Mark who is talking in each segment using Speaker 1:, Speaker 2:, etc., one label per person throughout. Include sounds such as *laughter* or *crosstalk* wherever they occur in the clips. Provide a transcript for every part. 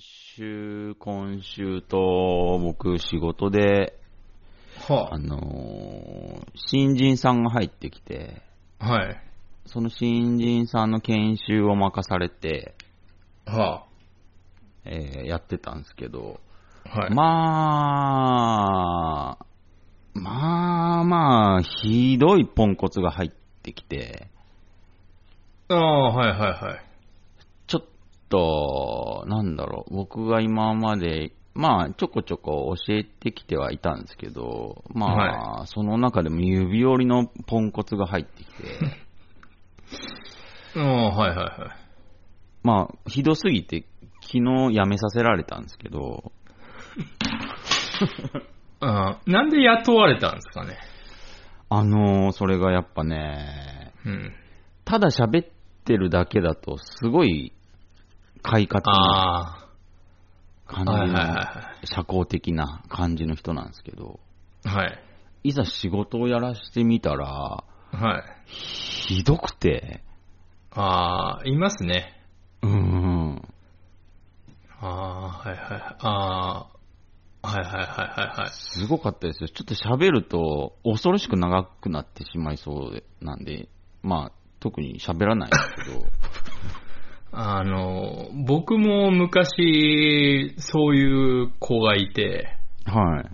Speaker 1: 週、今週と、僕、仕事で、あ
Speaker 2: は
Speaker 1: のー新人さんが入ってきて、
Speaker 2: あ、はい。
Speaker 1: その新人さんの研修を任されて、
Speaker 2: は
Speaker 1: えーやってたんですけど、
Speaker 2: あ、はい。
Speaker 1: まあ、まあまあ、ひどいポンコツが入ってきて、
Speaker 2: ああ、はいはいはい。
Speaker 1: ちょっと、なんだろう、僕が今まで、まあ、ちょこちょこ教えてきてはいたんですけど、まあ、その中でも指折りのポンコツが入ってきて、
Speaker 2: *laughs* ああ、はいはいは
Speaker 1: まあ、ひどすぎて、昨日辞めさせられたんですけど、
Speaker 2: い。ああなんで雇われたんですかね。
Speaker 1: あのーそれがやっぱね、
Speaker 2: うん。
Speaker 1: ただ喋ってるだけだと、すごい、快活な
Speaker 2: あ
Speaker 1: 感
Speaker 2: あ、はい
Speaker 1: じ
Speaker 2: はい
Speaker 1: の、
Speaker 2: は
Speaker 1: 社交的な感じの人なんですけど、
Speaker 2: い。はい。
Speaker 1: いざ仕事をやらしてみたら、
Speaker 2: はい。
Speaker 1: ひどくて、
Speaker 2: ああ、いますね。
Speaker 1: うん、
Speaker 2: ああ、はいはいはい。ああ、はいはいはいはいはい。
Speaker 1: すごかったですよ。ちょっと喋ると恐ろしく長くなってしまいそうなんで、まあ、特に喋らないですけど、
Speaker 2: あの、僕も昔、そういう子がいて、
Speaker 1: はい。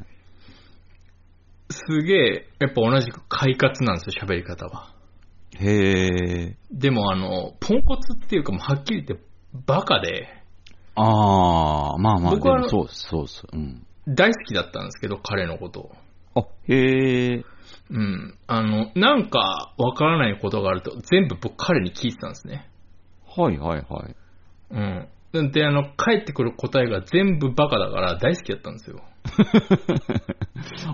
Speaker 2: すげえ、やっぱ同じく快活なんですよ、喋り方は。
Speaker 1: へえ。
Speaker 2: でもあの、ポンコツっていうかもうはっきり言ってバカで、
Speaker 1: ああ、まあまあ、で
Speaker 2: 僕は
Speaker 1: もそうです、そうです。うん。
Speaker 2: 大好きだったんですけど、彼のこと。
Speaker 1: あ、へえ。
Speaker 2: うん。あの、なんかわからないことがあると、全部僕彼に聞いてたんですね。
Speaker 1: はいはいはい。
Speaker 2: うん。で、あの、返ってくる答えが全部バカだから大好きだったんですよ。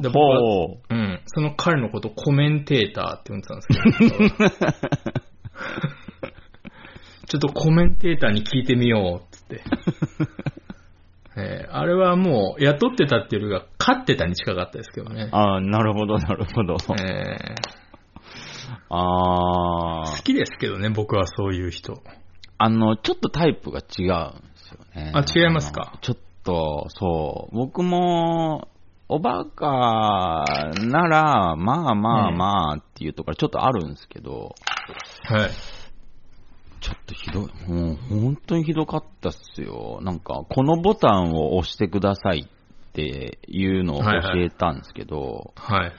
Speaker 2: で僕は
Speaker 1: ほう。
Speaker 2: うん。その彼のことをコメンテーターって呼んでたんですけど。
Speaker 1: *laughs*
Speaker 2: ちょっとコメンテーターに聞いてみようっつ
Speaker 1: *laughs*
Speaker 2: って。えーあれはもう雇ってたっていうよりは飼ってたに近かったですけどね。
Speaker 1: ああ、なるほど、なるほど。
Speaker 2: *laughs* えー
Speaker 1: ああ
Speaker 2: 好、きですけどね、僕はそういう人。
Speaker 1: あの、ちょっとタイプが違うんですよね。
Speaker 2: あ違いますか
Speaker 1: あのちょっと、そう。僕も、おバカなら、まあまあまあっていうところちょっとあるんですけど、
Speaker 2: はい。
Speaker 1: ちょっとひどい。もう本当にひどかったっすよ。なんか、このボタンを押してくださいっていうのを教えたんですけど、
Speaker 2: はい。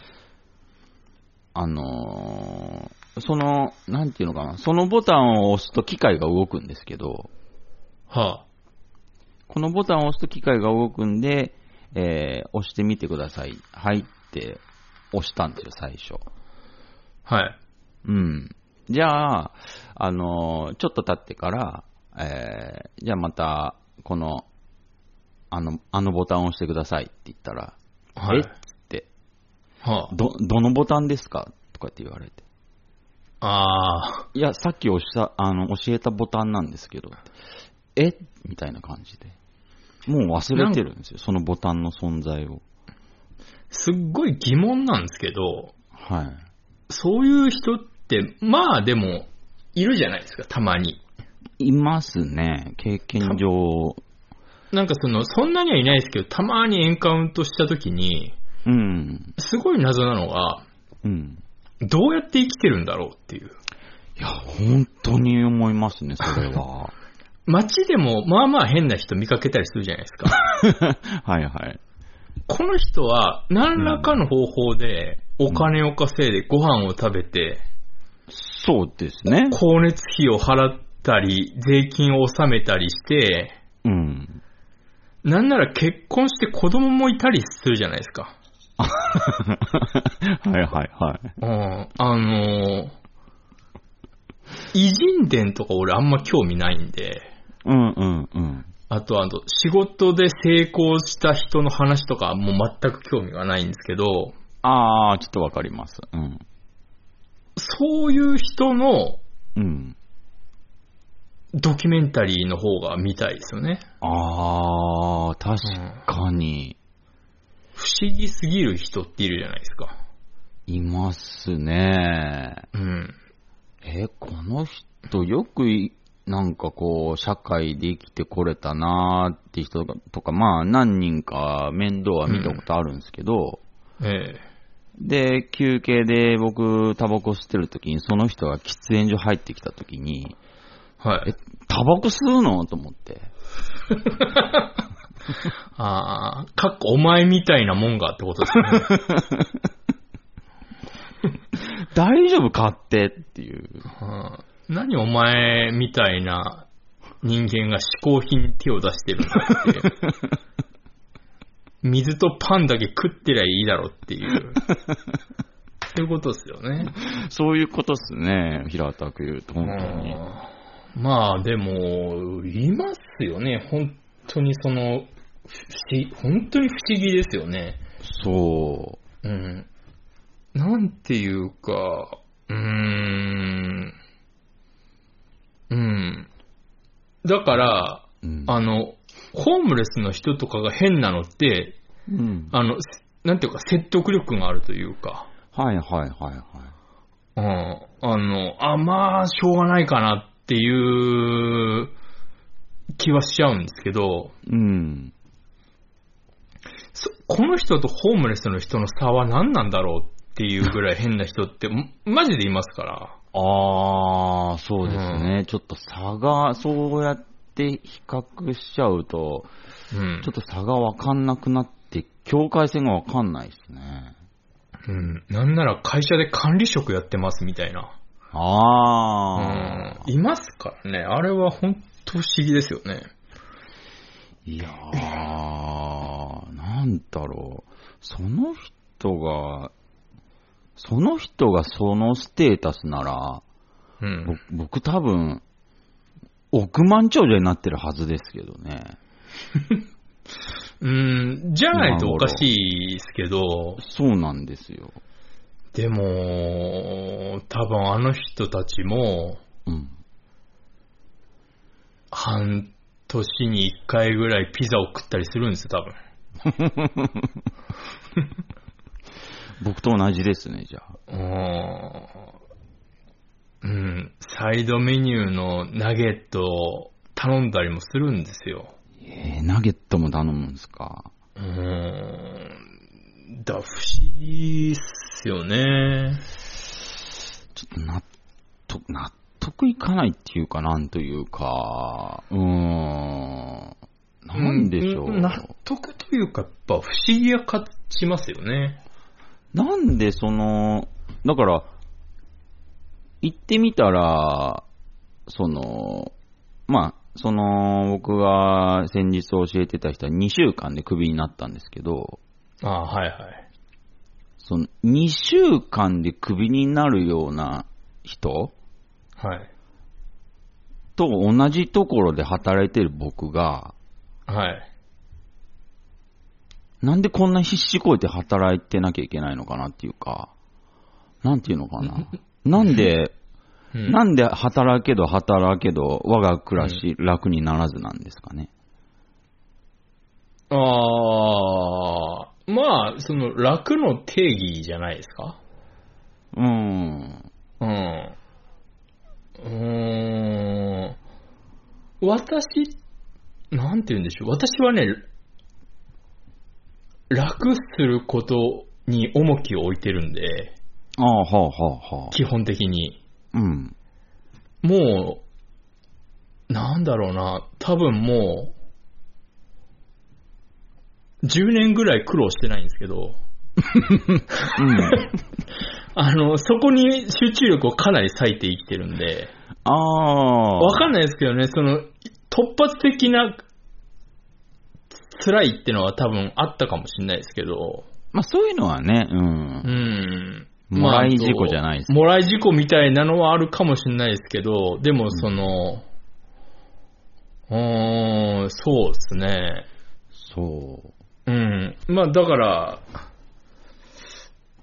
Speaker 1: あのーその、なんていうのかな、そのボタンを押すと機械が動くんですけど、
Speaker 2: はあ。
Speaker 1: このボタンを押すと機械が動くんで、えー押してみてください。はいって押したんですよ、最初。
Speaker 2: はい。
Speaker 1: うん。じゃあ、あのーちょっと経ってから、えーじゃあまた、この、あの、あのボタンを押してくださいって言ったら、
Speaker 2: は
Speaker 1: え
Speaker 2: い
Speaker 1: っつ。って、
Speaker 2: は
Speaker 1: ど、どのボタンですかとかって言われて。
Speaker 2: あ。ああ。
Speaker 1: いや、さっき押した、あの、教えたボタンなんですけど、えみたいな感じで。もう忘れてるんですよ、そのボタンの存在を。
Speaker 2: すっごい疑問なんですけど、
Speaker 1: はい。
Speaker 2: そういう人って、まあでも、いるじゃないですか、たまに。
Speaker 1: いますね、経験上。
Speaker 2: なんかその、そんなにはいないですけど、たまにエンカウントした時に、
Speaker 1: うん。
Speaker 2: すごい謎なのが、
Speaker 1: うん。
Speaker 2: どうやって生きてるんだろうっていう。
Speaker 1: いや、本当に思いますね、それは。
Speaker 2: 街でも、まあまあ変な人見かけたりするじゃないです *laughs* か。
Speaker 1: はいはい。
Speaker 2: この人は、何らかの方法で、お金を稼いで、ご飯を食べて、
Speaker 1: そうですね。
Speaker 2: 光熱費を払ったり、税金を納めたりして、
Speaker 1: うん。 *laughs*
Speaker 2: なんなら結婚して子供もいたりするじゃないですか。
Speaker 1: はいはいはい。
Speaker 2: うん。あのー偉人伝とか俺あんま興味ないんで、
Speaker 1: うんうんうん。
Speaker 2: あとあの、仕事で成功した人の話とかもう全く興味がないんですけど、
Speaker 1: ああ、ちょっとわかります。うん。
Speaker 2: そういう人の
Speaker 1: うん。
Speaker 2: ドキュメンタリーの方が見たいですよね。
Speaker 1: ああ、確かに。
Speaker 2: 不思議すぎる人っているじゃないですか。
Speaker 1: いますね。
Speaker 2: うん。
Speaker 1: え、この人よくいなんかこう、社会で生きてこれたなーって人とか、まあ何人か面倒は見たことあるんですけど、
Speaker 2: え
Speaker 1: で、休憩で僕、タバコ吸ってる時に、その人が喫煙所入ってきた時に、
Speaker 2: えは
Speaker 1: え
Speaker 2: い。、
Speaker 1: タバコ吸うのと思って。
Speaker 2: ああ、かっこお前みたいなもんがってことですね。
Speaker 1: 大丈夫買ってっていう。
Speaker 2: うん何お前みたいな人間が嗜好品に手を出してるんだって。水とパンだけ食ってりゃいいだろっていう。そういうことですよね。
Speaker 1: そういうことっすね、平たく言うと、本当に。
Speaker 2: うんまあでも、いますよね。本当にその、不思本当に不思議ですよね。
Speaker 1: そ
Speaker 2: うん。なんていうか、うーん。うん。だから、
Speaker 1: う。うん。
Speaker 2: あの、ホームレスの人とかが変なのって、
Speaker 1: うん、
Speaker 2: あの、せなんていうか説得力があるというか、
Speaker 1: はいはいはいはい。
Speaker 2: うん。あの、あ、まあ、しょうがないかなっていう気はしちゃうんですけど、
Speaker 1: うん。
Speaker 2: そこの人とホームレスの人の差は何なんだろうっていうぐらい変な人って、んマジでいますから。
Speaker 1: ああ、そうですね、ちょっと差が、そうやって比較しちゃうと、
Speaker 2: うん
Speaker 1: ちょっと差がわかんなくなって、境界線がわかんないですね。
Speaker 2: うん。なんなら会社で管理職やってますみたいな。う
Speaker 1: ああ
Speaker 2: ん、。いますからね。あれは本当不思議ですよね。
Speaker 1: いやー、なんだろう。その人が、その人がそのステータスなら、
Speaker 2: うん。
Speaker 1: ぼ僕多分、億万長者になってるはずですけどね。
Speaker 2: うん、じゃないとおかしいですけど、
Speaker 1: そうなんですよ。
Speaker 2: でも、多分あの人たちも、
Speaker 1: うん。
Speaker 2: 半年に一回ぐらいピザを食ったりするんですよ、多分。
Speaker 1: 僕と同じですね、じゃあ。
Speaker 2: うん。うん。サイドメニューのナゲットを頼んだりもするんですよ。
Speaker 1: えー、ナゲットも頼むんですか。
Speaker 2: うーん、だ、不思議っすよね。
Speaker 1: ちょっと納得、納得いかないっていうか、なんというか、うーん。なんでしょう。
Speaker 2: ん納得というか、やっぱ不思議が勝ちますよね。
Speaker 1: なんでその、だから、行ってみたら、その、まあ、その、僕が先日教えてた人は2週間でクビになったんですけど、
Speaker 2: ああ、はいはい。
Speaker 1: その、2週間でクビになるような人
Speaker 2: はい。
Speaker 1: と同じところで働いてる僕が、
Speaker 2: はい。
Speaker 1: なんでこんな必死こいて働いてなきゃいけないのかなっていうか、なんていうのか
Speaker 2: *laughs*
Speaker 1: な。なんで、
Speaker 2: うん
Speaker 1: なんで働けど働けど我が暮らし楽にならずなんですかね。
Speaker 2: ああ、まあ、その、楽の定義じゃないですか。
Speaker 1: うん。
Speaker 2: うん。うーん。私、なんて言うんでしょう。私はね、楽することに重きを置いてるんで、
Speaker 1: ああ、はあはあはあ。
Speaker 2: 基本的に。 *laughs*
Speaker 1: うん。
Speaker 2: もう、なんだろうな、多分もう、10年ぐらい苦労してないんですけど、
Speaker 1: うん。
Speaker 2: あの、そこに集中力をかなり割いて生きてるんで、
Speaker 1: ああ。
Speaker 2: わかんないですけどね、その、突発的な辛いってのは多分あったかもしれないですけど、
Speaker 1: まあそういうのはね、う。
Speaker 2: うんん。
Speaker 1: もらい事故じゃないです
Speaker 2: まああともらい事故みたいなのはあるかもしれないですけど、でもその、うーん、そうですね。
Speaker 1: そう。
Speaker 2: うん。まあだから、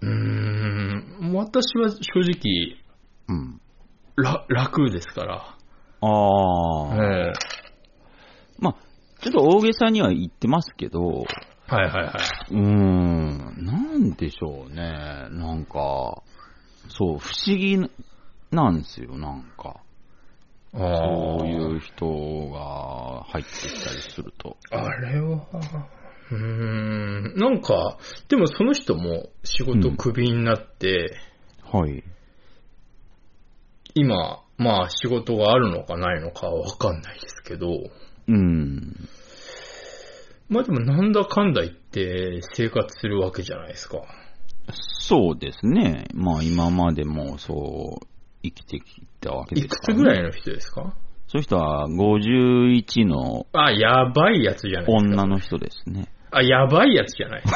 Speaker 2: うーん、私は正直、
Speaker 1: うん。
Speaker 2: ら楽ですから。
Speaker 1: ああ。
Speaker 2: ええ
Speaker 1: まあ、ちょっと大げさには言ってますけど、
Speaker 2: はいはいはい。
Speaker 1: うーん、なんでしょうね。なんか、そう、不思議なんですよ、なんか。
Speaker 2: あ
Speaker 1: そう
Speaker 2: う。
Speaker 1: いう人が入ってきたりすると。
Speaker 2: あれは、うーん、なんか、でもその人も仕事クビになって、
Speaker 1: はい。
Speaker 2: 今、まあ仕事があるのかないのかはわかんないですけど、
Speaker 1: うん。
Speaker 2: まあでもなんだかんだ言って生活するわけじゃないですか。
Speaker 1: そうですね。まあ今までもそう生きてきたわけで
Speaker 2: い
Speaker 1: す
Speaker 2: く
Speaker 1: か
Speaker 2: つ
Speaker 1: ら、ね。
Speaker 2: ぐらいの人ですか
Speaker 1: そういう人は51の
Speaker 2: あ、やばいやつじゃないですか。
Speaker 1: 女の人ですね。
Speaker 2: あ、やばいやつじゃない。
Speaker 1: *laughs*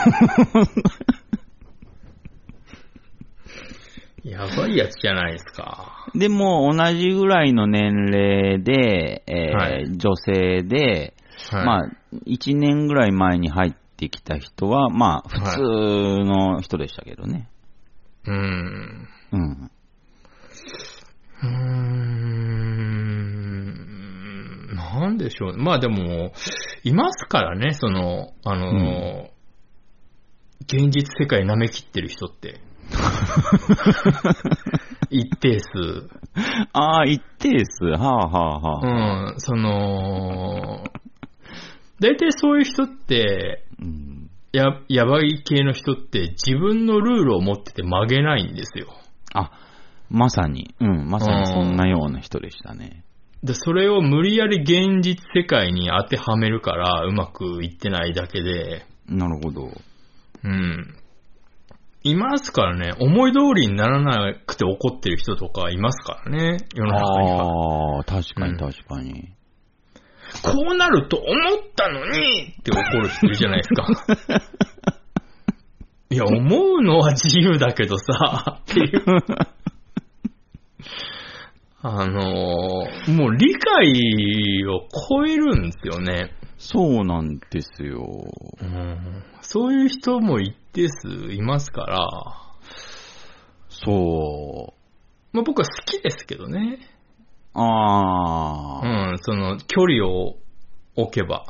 Speaker 2: やばいやつじゃないですか。
Speaker 1: でも同じぐらいの年齢で、えー
Speaker 2: はい
Speaker 1: 女性で、
Speaker 2: はい、
Speaker 1: まあ1年ぐらい前に入ってきた人は、まあ普通の人でしたけどね。
Speaker 2: うーん。
Speaker 1: うん。
Speaker 2: うーん。なんでしょう。まあでも、いますからね、その、あの、
Speaker 1: うん
Speaker 2: 現実世界舐めきってる
Speaker 1: *laughs*
Speaker 2: 人って。一定数。
Speaker 1: ああ、一定数。はあはあはあ。
Speaker 2: うん、その、大体そういう人って、
Speaker 1: うん、
Speaker 2: や、やばい系の人って自分のルールを持ってて曲げないんですよ。
Speaker 1: あ、まさに。うん、まさにそんなような人でしたね。
Speaker 2: で、それを無理やり現実世界に当てはめるからうまくいってないだけで、
Speaker 1: なるほど。
Speaker 2: うん。いますからね、思い通りにならなくて怒ってる人とかいますからね、世の中には。
Speaker 1: ああ、確か
Speaker 2: うん
Speaker 1: に確かに。
Speaker 2: こうなると思ったのにって怒る人いるじゃないですか。いや、思うのは自由だけどさ、っていう。あのーもう理解を超えるんですよね。
Speaker 1: そうなんですよ。
Speaker 2: うん、そういう人も一定数いますから、
Speaker 1: そう。
Speaker 2: まあ僕は好きですけどね。
Speaker 1: あ
Speaker 2: う
Speaker 1: あ、
Speaker 2: ん、その距離を置けば。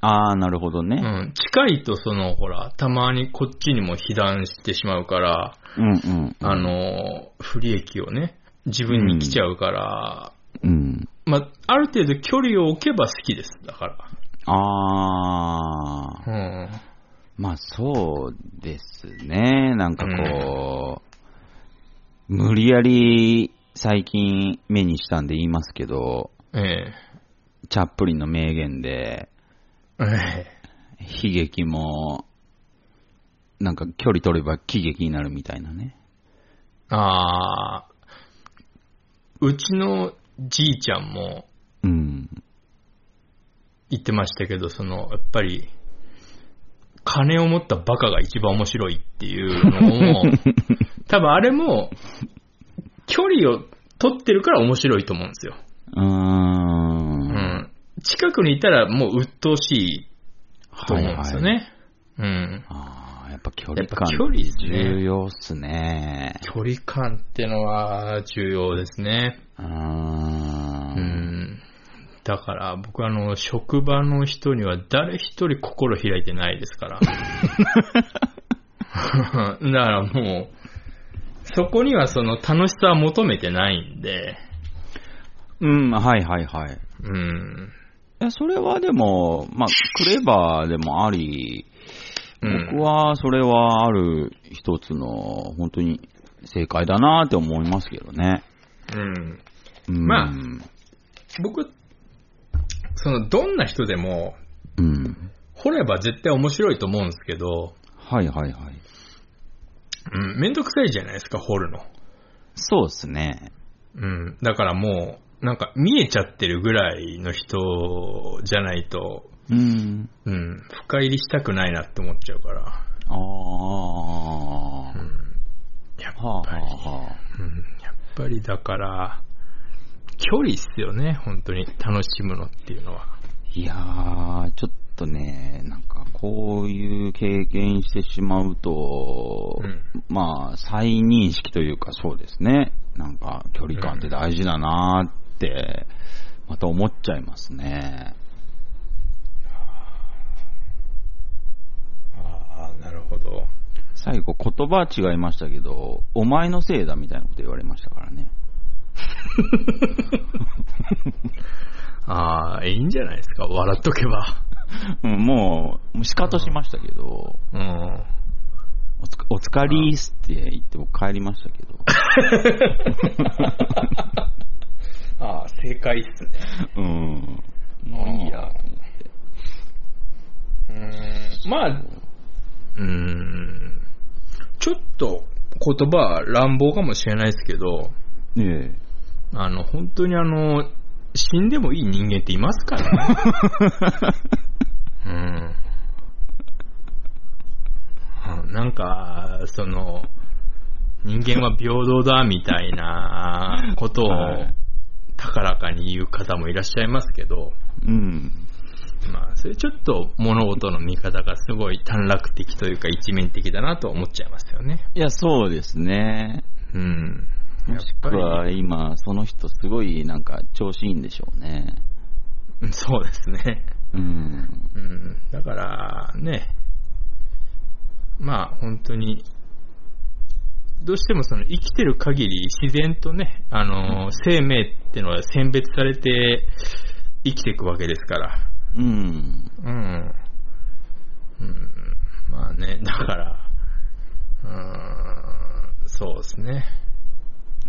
Speaker 1: ああ、なるほどね。
Speaker 2: うん、近いとその、ほら、たまにこっちにも被弾してしまうから、
Speaker 1: うんうん。
Speaker 2: あ、の、不利益をね、自分に来ちゃうから、
Speaker 1: うん。
Speaker 2: まあ、ある程度距離を置けば好きです、だか
Speaker 1: ああ、
Speaker 2: ら。
Speaker 1: まあそうですね。なんかこう、無理やり最近目にしたんで言いますけど、
Speaker 2: うん。え
Speaker 1: チャップリンの名言で、
Speaker 2: え。え
Speaker 1: 悲劇も、なんか距離取れば喜劇になるみたいなね。
Speaker 2: え。ああ、うちのじいちゃんも
Speaker 1: うん。
Speaker 2: 言ってましたけど、その、やっぱり、金を持ったバカが一番面白いっていう
Speaker 1: *laughs*
Speaker 2: のを、多分あれも、距離を取ってるから面白いと思うんですよ。
Speaker 1: うーん。
Speaker 2: う
Speaker 1: は
Speaker 2: ん。近くにいたらもう鬱陶しい
Speaker 1: い
Speaker 2: と思うんですよね。
Speaker 1: はい。
Speaker 2: うん。
Speaker 1: ああ、やっぱ距離
Speaker 2: やっ
Speaker 1: 感
Speaker 2: ぱ距離っすね
Speaker 1: 重要っすね。
Speaker 2: 距離感ってのは重要ですね。
Speaker 1: う。
Speaker 2: うんん。だから僕はあの、職場の人には誰一人心開いてないですから。 *laughs* だからもう、そこにはその楽しさは求めてないんで、
Speaker 1: うん、はいはいはい。い
Speaker 2: うん。
Speaker 1: や、それはでも、まあ、クレバーでもあり、
Speaker 2: うん
Speaker 1: 僕はそれはある一つの、本当に正解だなって思いますけどね。
Speaker 2: うん。
Speaker 1: うん、
Speaker 2: まあ僕、その、どんな人でも、
Speaker 1: うん。
Speaker 2: 掘れば絶対面白いと思うんですけど、
Speaker 1: はいはいはい。
Speaker 2: うん、めんどくさいじゃないですか、掘るの。
Speaker 1: そうっすね。
Speaker 2: うん。だからもう、なんか見えちゃってるぐらいの人じゃないと、
Speaker 1: うん。
Speaker 2: うん、深入りしたくないなって思っちゃうから。
Speaker 1: ああ。は
Speaker 2: うん。やっ
Speaker 1: あは
Speaker 2: ぱり、
Speaker 1: あはあ。
Speaker 2: うん。やっぱりだから、距離っすよね、本当に。楽しむのっていうのは。
Speaker 1: いやー、ちょっとね、なんかこういう経験してしまうと、
Speaker 2: うん
Speaker 1: まあ、再認識というかそうですね。なんか距離感って大事だなーって、また思っちゃいますね。
Speaker 2: ああ、なるほど。
Speaker 1: 最後言葉は違いましたけど、お前のせいだみたいなこと言われましたからね。
Speaker 2: ああ、いいんじゃないですか。笑っとけば。
Speaker 1: うんもう、もうシカトしましたけど、
Speaker 2: うん。
Speaker 1: おつかお疲れーすって言って僕帰りましたけど、
Speaker 2: ああ、正解っすね。
Speaker 1: うん。もういいやと思って。
Speaker 2: うん。まあ、うん。ちょっと言葉は乱暴かもしれないですけど、
Speaker 1: ね
Speaker 2: あの、本当にあの、死んでもいい人間っていますか
Speaker 1: *laughs*
Speaker 2: らね。うんうん。なんか、その、人間は平等だみた
Speaker 1: *laughs*
Speaker 2: いなことを
Speaker 1: はい
Speaker 2: 高らかに言う方もいらっしゃいますけど、
Speaker 1: え。うん。
Speaker 2: まあ、それちょっと物事の見方がすごい短絡的というか一面的だなとは思っちゃいますよね。
Speaker 1: いや、そうですね。
Speaker 2: うん。
Speaker 1: もしくは今、その人すごいなんか調子いいんでしょうね。
Speaker 2: そうですね。
Speaker 1: うん。
Speaker 2: うん、だからね、まあ本当に、どうしてもその生きてる限り自然とね、あの、生命ってのは選別されて生きていくわけですから。
Speaker 1: うん。
Speaker 2: うん。うん、まあね、だから、うん、そうですね。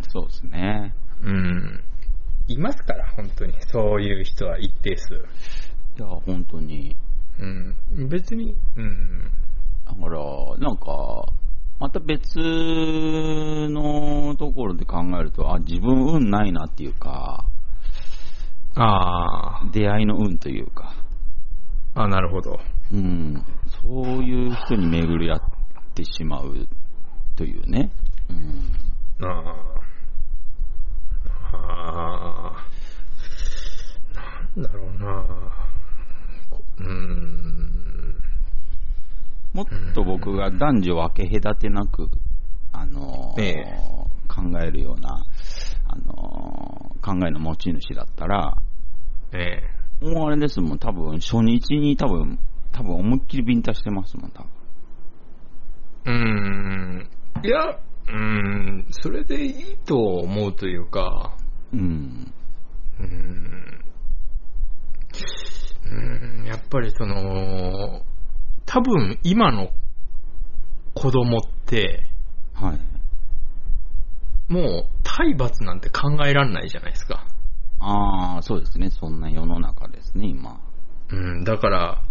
Speaker 1: そうですね。
Speaker 2: うん。いますから、本当に。そういう人は一定数。
Speaker 1: いや、本当に。
Speaker 2: うん。別に、うん。
Speaker 1: だから、なんか、また別のところで考えると、あ、自分運ないなっていうか、
Speaker 2: あ
Speaker 1: 出会いの運というか、
Speaker 2: あ。あ、なるほど。
Speaker 1: うん、そういう人に巡り合ってしまうというね。うん、
Speaker 2: ああ。ああ。なんだろうな。こうーん。
Speaker 1: もっと僕が男女分け隔てなく、あのー
Speaker 2: ええ
Speaker 1: 考えるような、あのー考えの持ち主だったら、
Speaker 2: え
Speaker 1: もうあれですもん、多分初日に多分、多分思いっきりビンタしてますもん、多分。
Speaker 2: え。うーん。いや、うーん。それでいいと思うというか、
Speaker 1: うん。
Speaker 2: うーん。うーん、やっぱりその、多分今の子供って、
Speaker 1: はい。
Speaker 2: もう体罰なんて考えられないじゃないですか。
Speaker 1: ああ、そうですね。そんな世の中ですね、今。
Speaker 2: うん、だから、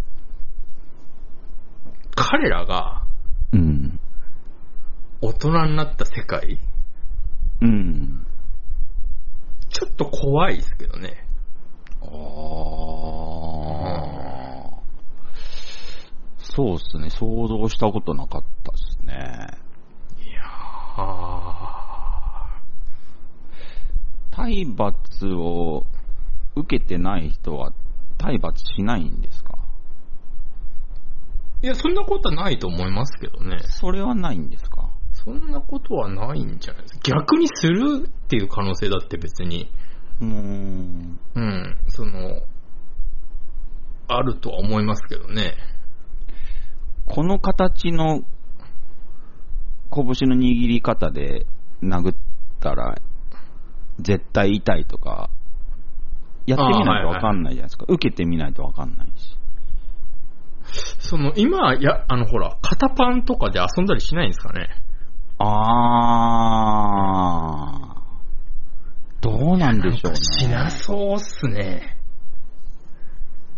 Speaker 2: 彼らが
Speaker 1: うん。
Speaker 2: 大人になった世界、
Speaker 1: うん。
Speaker 2: ちょっと怖いですけどね。
Speaker 1: ああ。そうですね。想像したことなかったですね。
Speaker 2: あ
Speaker 1: 体罰を受けてない人は体罰しないんですか
Speaker 2: いや、そんなことはないと思いますけどね。
Speaker 1: それはないんですか
Speaker 2: そんなことはないんじゃないですか。逆にするっていう可能性だって別に、
Speaker 1: うーん。
Speaker 2: うん、その、あるとは思いますけどね。
Speaker 1: この形の拳の握り方で殴ったら絶対痛いとか、やってみないとわかんないじゃないですか。受けてみないとわかんないし。
Speaker 2: その、今、いや、あの、ほら、肩パンとかで遊んだりしないんですかね。
Speaker 1: あー。どうなんでしょうね。
Speaker 2: しなそうっすね。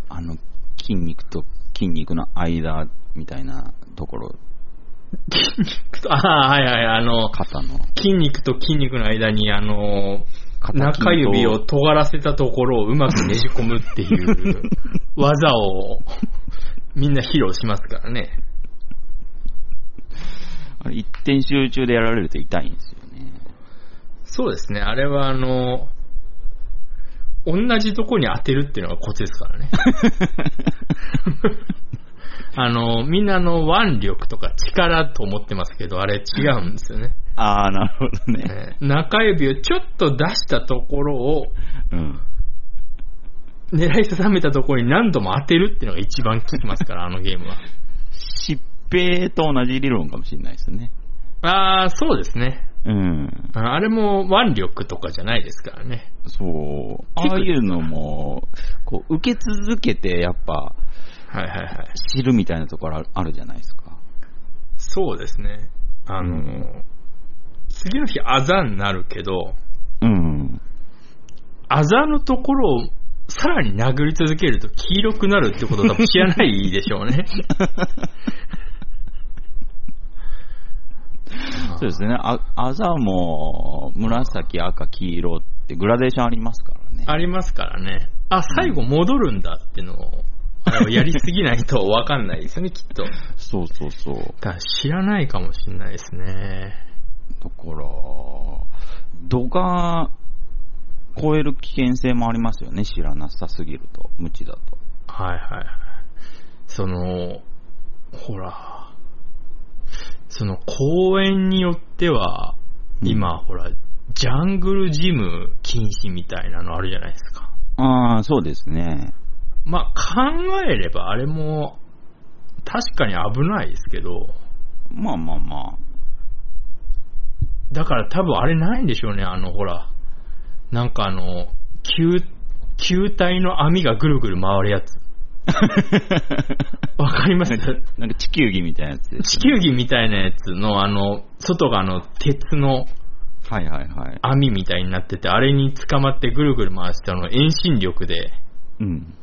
Speaker 1: あの、筋肉と筋肉の間みたいなところ、
Speaker 2: ああ、はいはい、あの、
Speaker 1: 肩の。
Speaker 2: 筋肉と筋肉の間に、あの、
Speaker 1: 肩
Speaker 2: 中指を尖らせたところをうまくねじ込むっていう技をみんな披露しますからね。
Speaker 1: あれ一点集中でやられると痛いんですよ
Speaker 2: *laughs*
Speaker 1: ね。
Speaker 2: そうですね、あれはあの、同じとこに当てるっていうのがコツですからね。あの、みんなあの腕力とか力と思ってますけど、あれ違うんですよね。
Speaker 1: あー、なるほどね。
Speaker 2: えー中指をちょっと出したところを
Speaker 1: うん。
Speaker 2: 狙い定めたところに何度も当てるっていうのが一番効きますから、あのゲームは。
Speaker 1: 疾病と同じ理論かもしれないですね。
Speaker 2: ああ、そうですね。
Speaker 1: うん。
Speaker 2: ああれも腕力とかじゃないですからね。
Speaker 1: そう。ああいうのも、こう、受け続けて、やっぱ、
Speaker 2: はいはいはい。
Speaker 1: 知るみたいなところあるあるじゃないですか。
Speaker 2: そうですね。あの、
Speaker 1: うん
Speaker 2: 次の日あざになるけど、
Speaker 1: うん。
Speaker 2: あざのところをさらに殴り続けると黄色くなるってことは多分知らないでしょうね。
Speaker 1: そうですね。あ、あざも、紫、赤、黄色ってグラデーションありますからね。
Speaker 2: ありますからね。あ、最後戻るんだってのを、あのやりすぎないとわかんないですね、きっと。だ
Speaker 1: そうそうそう。
Speaker 2: から知らないかもしれないですね。
Speaker 1: だから、度が超える危険性もありますよね。知らなさすぎると。無知だと。
Speaker 2: はいはいはい。その、ほら、その公園によっては、今、ほら、ジャングルジム禁止みたいなのあるじゃないですか。
Speaker 1: ああ、そうですね。
Speaker 2: まあ考えればあれも確かに危ないですけど、
Speaker 1: まあまあま
Speaker 2: だから多分あれないんでしょうね、あのほら、なんかあの、球、球体の網がぐるぐる回るやつ。わかります
Speaker 1: あ。なんか地球儀みたいなやつです
Speaker 2: 地
Speaker 1: ね、
Speaker 2: 球儀みたいなやつの、あの、外があの、鉄の
Speaker 1: はいはいはい。
Speaker 2: 網みたいになってて、あれに捕まってぐるぐる回して、あの、遠心力で、
Speaker 1: うん。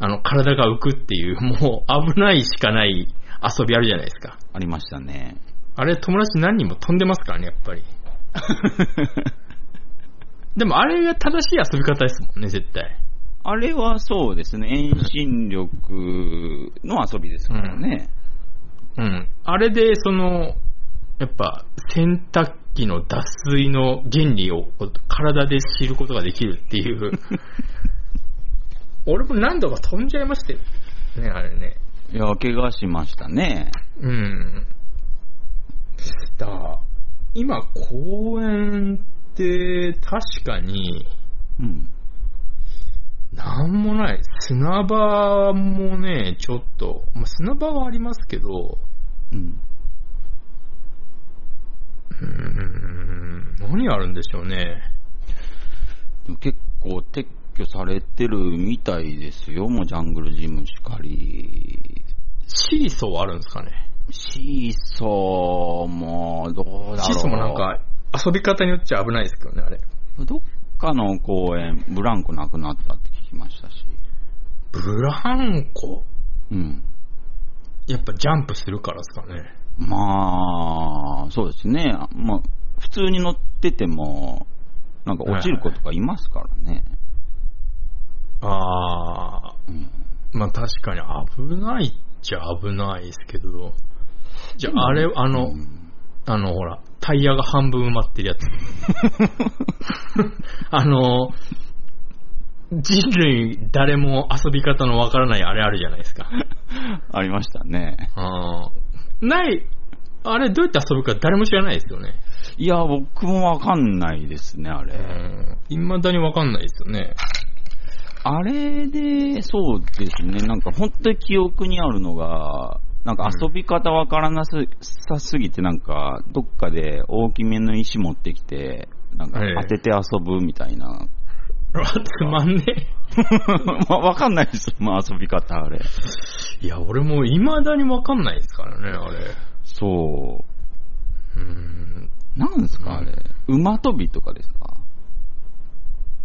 Speaker 2: あの、体が浮くっていう、 *laughs* もう危ないしかない遊びあるじゃないですか。
Speaker 1: ありましたね。 *laughs*
Speaker 2: あれ、友達何人も飛んでますからね、やっぱり。でも、あれが正しい遊び方ですもんね、絶対。
Speaker 1: あれはそうですね。遠心力の遊びですからね。
Speaker 2: うん。あれで、その、やっぱ、洗濯機の脱水の原理をこう体で知ることができるって *laughs* いう。俺も何度か飛んじゃいましたよ。ね、あれね。
Speaker 1: いや、怪我しましたね。
Speaker 2: うん。だから今、公園って、確かに、
Speaker 1: うん。
Speaker 2: なんもない。砂場もね、ちょっと、まあ、砂場はありますけど、
Speaker 1: うん。
Speaker 2: うーん、何あるんでしょうね。
Speaker 1: でも結構撤去されてるみたいですよ。もうジャングルジムしかり。
Speaker 2: シーソーはあるんですかね。
Speaker 1: シーソーも、どうだろう。
Speaker 2: シーソーもなんか、遊び方によっちゃ危ないですけどね、あれ。
Speaker 1: どっかの公園、ブランコなくなったって聞きましたし。
Speaker 2: ブランコ
Speaker 1: うん。
Speaker 2: やっぱジャンプするからですかね。
Speaker 1: まあ、そうですね。まあ、普通に乗ってても、なんか落ちる子とかいますからね。
Speaker 2: あ
Speaker 1: う
Speaker 2: ー、
Speaker 1: ん
Speaker 2: まあ確かに危ないっちゃ危ないですけど。じゃあ、あれ、あの、
Speaker 1: うん
Speaker 2: あの、ほら、タイヤが半分埋まってるや *laughs* つ。あの、人類誰も遊び方のわからないあれあるじゃないです *laughs* か。
Speaker 1: ありましたね。
Speaker 2: あーない、あれどうやって遊ぶか誰も知らないですよね。
Speaker 1: いや、僕もわかんないですね、あれ。
Speaker 2: いまだにわかんないですよね。
Speaker 1: あれで、そうですね、なんか本当に記憶にあるのが、なんか遊び方わからなす、さすぎて、なんかどっかで大きめの石持ってきて、なんか
Speaker 2: ええ
Speaker 1: 当てて遊ぶみたいな。
Speaker 2: *laughs* うわつまんね
Speaker 1: まわかんないです、まあ、遊び方、あれ。
Speaker 2: え。 *laughs* いや、俺もいまだにわかんないですからね、あれ。
Speaker 1: そう
Speaker 2: ーん、
Speaker 1: う。なんですか、あれ。馬跳びとかですか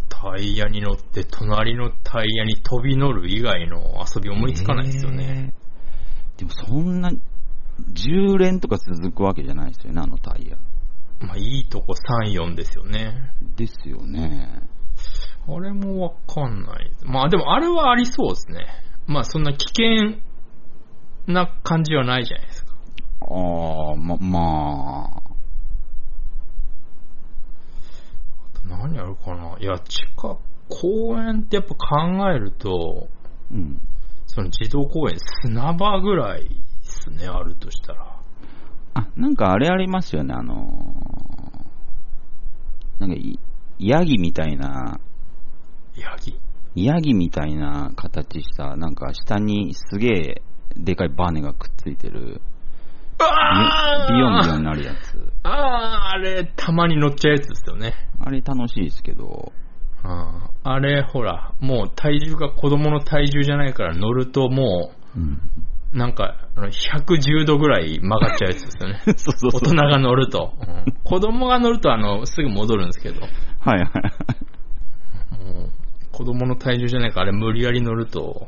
Speaker 2: タイヤに乗って隣のタイヤに飛び乗る以外の遊び思いつかないですよね。。
Speaker 1: えーでもそんな、10連とか続くわけじゃないですよね、あのタイヤ。
Speaker 2: まあ、いいとこ3、4ですよね。
Speaker 1: ですよね。
Speaker 2: あれもわかんない。まあでもあれはありそうですね。まあそんな危険な感じはないじゃないですか。
Speaker 1: ああ、ま、まあ。
Speaker 2: あと何あるかないや、近く、公園ってやっぱ考えると、
Speaker 1: うん。
Speaker 2: その児童公園、砂場ぐらいですね、あるとしたら。
Speaker 1: あ、なんかあれありますよね、あのーなんかい、ヤギみたいな、
Speaker 2: ヤギ。
Speaker 1: ヤギみたいな形した、なんか下にすげえでかいバネがくっついてる、ビ
Speaker 2: あ
Speaker 1: ヨンビヨンになるやつ。
Speaker 2: ああ、あれ、たまに乗っちゃうやつですよね。
Speaker 1: あれ楽しいですけど、
Speaker 2: うんあれ、ほら、もう体重が子供の体重じゃないから乗るとも
Speaker 1: うん、。
Speaker 2: う、なんか、あの110度ぐらい曲がっちゃうやつですよね
Speaker 1: *laughs* そう *laughs* そう
Speaker 2: 大
Speaker 1: そ
Speaker 2: 人
Speaker 1: う。
Speaker 2: が乗ると。うん子供が乗ると、あの、すぐ戻るんですけど、
Speaker 1: はいはい。
Speaker 2: もう子供の体重じゃないから、あれ無理やり乗ると、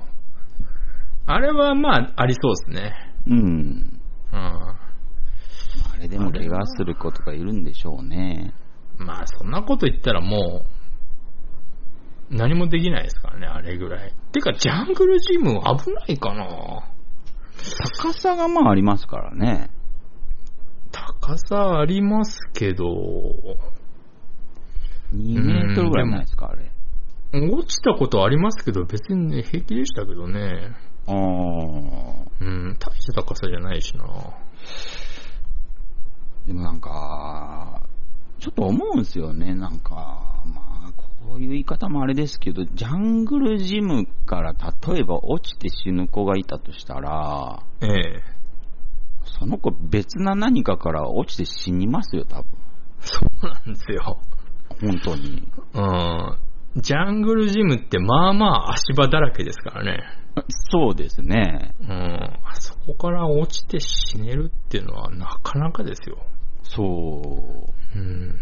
Speaker 2: あれはまあ、ありそうですね。
Speaker 1: うん。
Speaker 2: うん。
Speaker 1: あれでも怪我する子とかいるんでしょうね。
Speaker 2: まあ、そんなこと言ったらもう、何もできないですからね、あれぐらい。てか、ジャングルジム危ないかな
Speaker 1: 高さがまあありますからね。
Speaker 2: 高さありますけど、
Speaker 1: 2メートルぐらいないですか、あれ。
Speaker 2: 落ちたことありますけど、別にね、平気でしたけどね。
Speaker 1: あー。
Speaker 2: うん、大した高さじゃないしな。
Speaker 1: でもなんか、ちょっと思うんですよね、なんか、まあ、こういう言い方もあれですけど、ジャングルジムから例えば落ちて死ぬ子がいたとしたら、
Speaker 2: ええ。
Speaker 1: その子別な何かから落ちて死にますよ、多分。
Speaker 2: そうなんですよ。
Speaker 1: 本当に。
Speaker 2: うん。ジャングルジムってまあまあ足場だらけですからね。
Speaker 1: そうですね。
Speaker 2: うん。あそこから落ちて死ねるっていうのはなかなかですよ。
Speaker 1: そう。
Speaker 2: うん。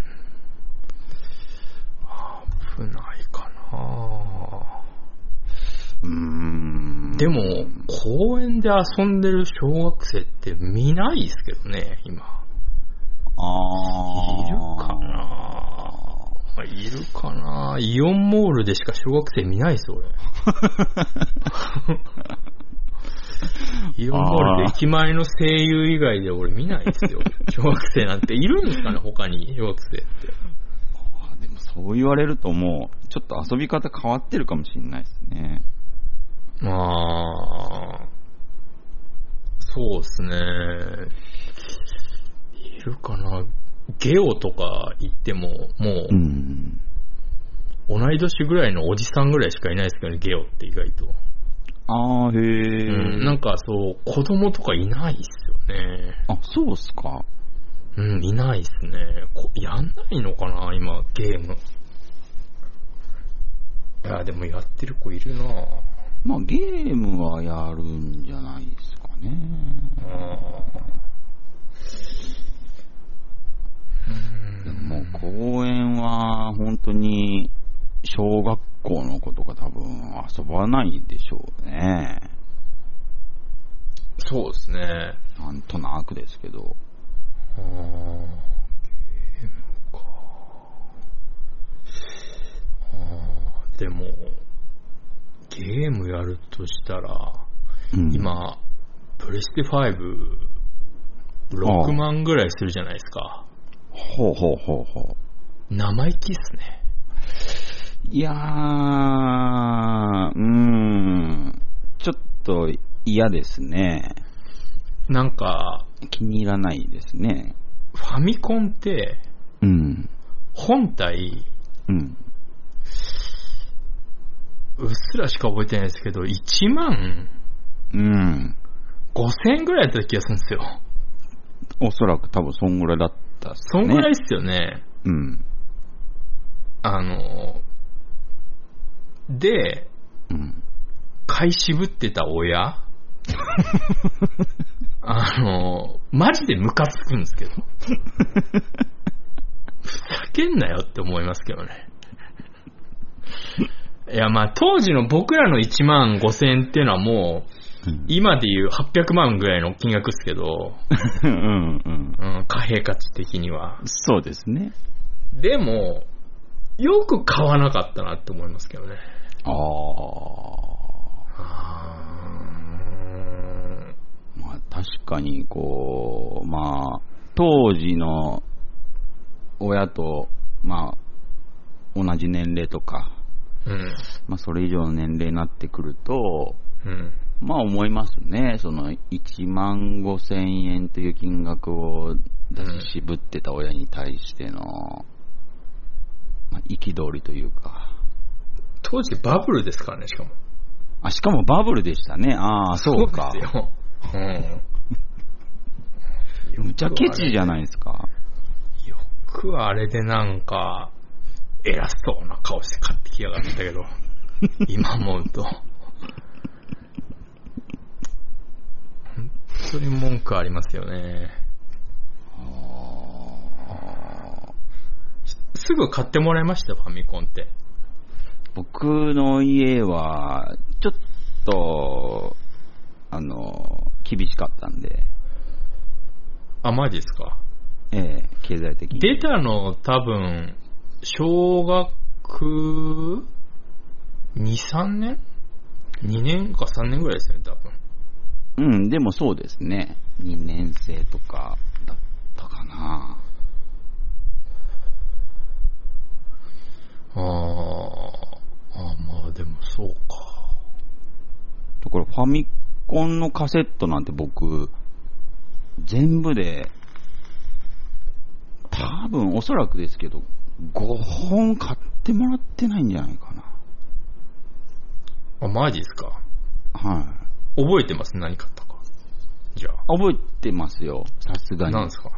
Speaker 2: 危ないかな。
Speaker 1: うーん。
Speaker 2: でも、公園で遊んでる小学生って見ないですけどね、今。
Speaker 1: あー
Speaker 2: いるかないるかなイオンモールでしか小学生見ないです、俺。イオンモールで駅前の声優以外で俺見ないですよ。小学生なんているんですかね、他に小学生って。
Speaker 1: あでもそう言われるともう、ちょっと遊び方変わってるかもしれないですね。
Speaker 2: まあ、そうですね。いるかな。ゲオとか行っても、も
Speaker 1: うん。
Speaker 2: う同い年ぐらいのおじさんぐらいしかいないですけどね、ゲオって意外と。
Speaker 1: あー、へ
Speaker 2: う
Speaker 1: ー。
Speaker 2: ん、なんかそう、子供とかいないっすよね。
Speaker 1: あ、そうっすか。
Speaker 2: うん、いないっすね。こやんないのかな、今、ゲーム。いや、でもやってる子いるな
Speaker 1: まあ、ゲームはやるんじゃないですかね。
Speaker 2: うん
Speaker 1: でももう公園は本当に小学校の子とか多分遊ばないでしょうね。
Speaker 2: そうですね。
Speaker 1: なんとなくですけど。
Speaker 2: あーゲームか。あーでも、ゲームやるとしたら、
Speaker 1: うん、
Speaker 2: 今、プレステ5、6万ぐらいするじゃないですか。
Speaker 1: ほうほうほうほう。
Speaker 2: 生意気っすね。
Speaker 1: いやー、うーん、ちょっと嫌ですね。
Speaker 2: なんか、
Speaker 1: 気に入らないですね。
Speaker 2: ファミコンって、
Speaker 1: うん、
Speaker 2: 本体、
Speaker 1: うん。
Speaker 2: うっすらしか覚えてないですけど、1万
Speaker 1: うん。
Speaker 2: 5千ぐらいやった気がするんですよ。
Speaker 1: おそらく多分そんぐらいだったっす
Speaker 2: そ
Speaker 1: ね。
Speaker 2: んぐらいっすよね
Speaker 1: うん。
Speaker 2: あの、で、
Speaker 1: うん。
Speaker 2: 買い渋ってた親あの、マジでムカつくんですけど。ふざけんなよって思いますけどね。いや、まあ、当時の僕らの1万5千円っていうのはも
Speaker 1: う
Speaker 2: う、
Speaker 1: ん
Speaker 2: 今でいう800万ぐらいの金額ですけど、
Speaker 1: うんうん。
Speaker 2: うん、貨幣価値的には。
Speaker 1: そうですね。
Speaker 2: でも、よく買わなかったなって思いますけどね。
Speaker 1: ああ。まあ確かに、こう、まあ、当時の親と、まあ、同じ年齢とか、
Speaker 2: うん。
Speaker 1: まあそれ以上の年齢になってくると、
Speaker 2: うん。
Speaker 1: まあ思いますね。その1万5千円という金額を出し渋ってた親に対しての、まあ憤りというか。
Speaker 2: 当時バブルですからね、しかも。
Speaker 1: あ、しかもバブルでしたね。ああ、そうか。
Speaker 2: ですよ。うん。
Speaker 1: *laughs* むちゃケチじゃないですか。
Speaker 2: 僕はあれでなんか、偉そうな顔して買ってきやがった
Speaker 1: *laughs*
Speaker 2: けど、今思うと。本当に文句ありますよね。すぐ買ってもらいました、ファミコンって。
Speaker 1: 僕の家は、ちょっと、あの、厳しかったんで、
Speaker 2: あ、マジですか。
Speaker 1: ええ経済的に。
Speaker 2: 出たの多分、小学2、3年 ?2 年か3年ぐらいですよね、多分。
Speaker 1: うん、でもそうですね。2年生とかだったかな。
Speaker 2: あーあー、まあでもそうか。
Speaker 1: ところ、ファミコンのカセットなんて僕、全部で、多分おそらくですけど、5本買ってもらってないんじゃないかな。
Speaker 2: あ、マジですか。
Speaker 1: はい。
Speaker 2: 覚えてます何買ったか。じゃあ。
Speaker 1: 覚えてますよ、さすが
Speaker 2: 何
Speaker 1: に
Speaker 2: で。すか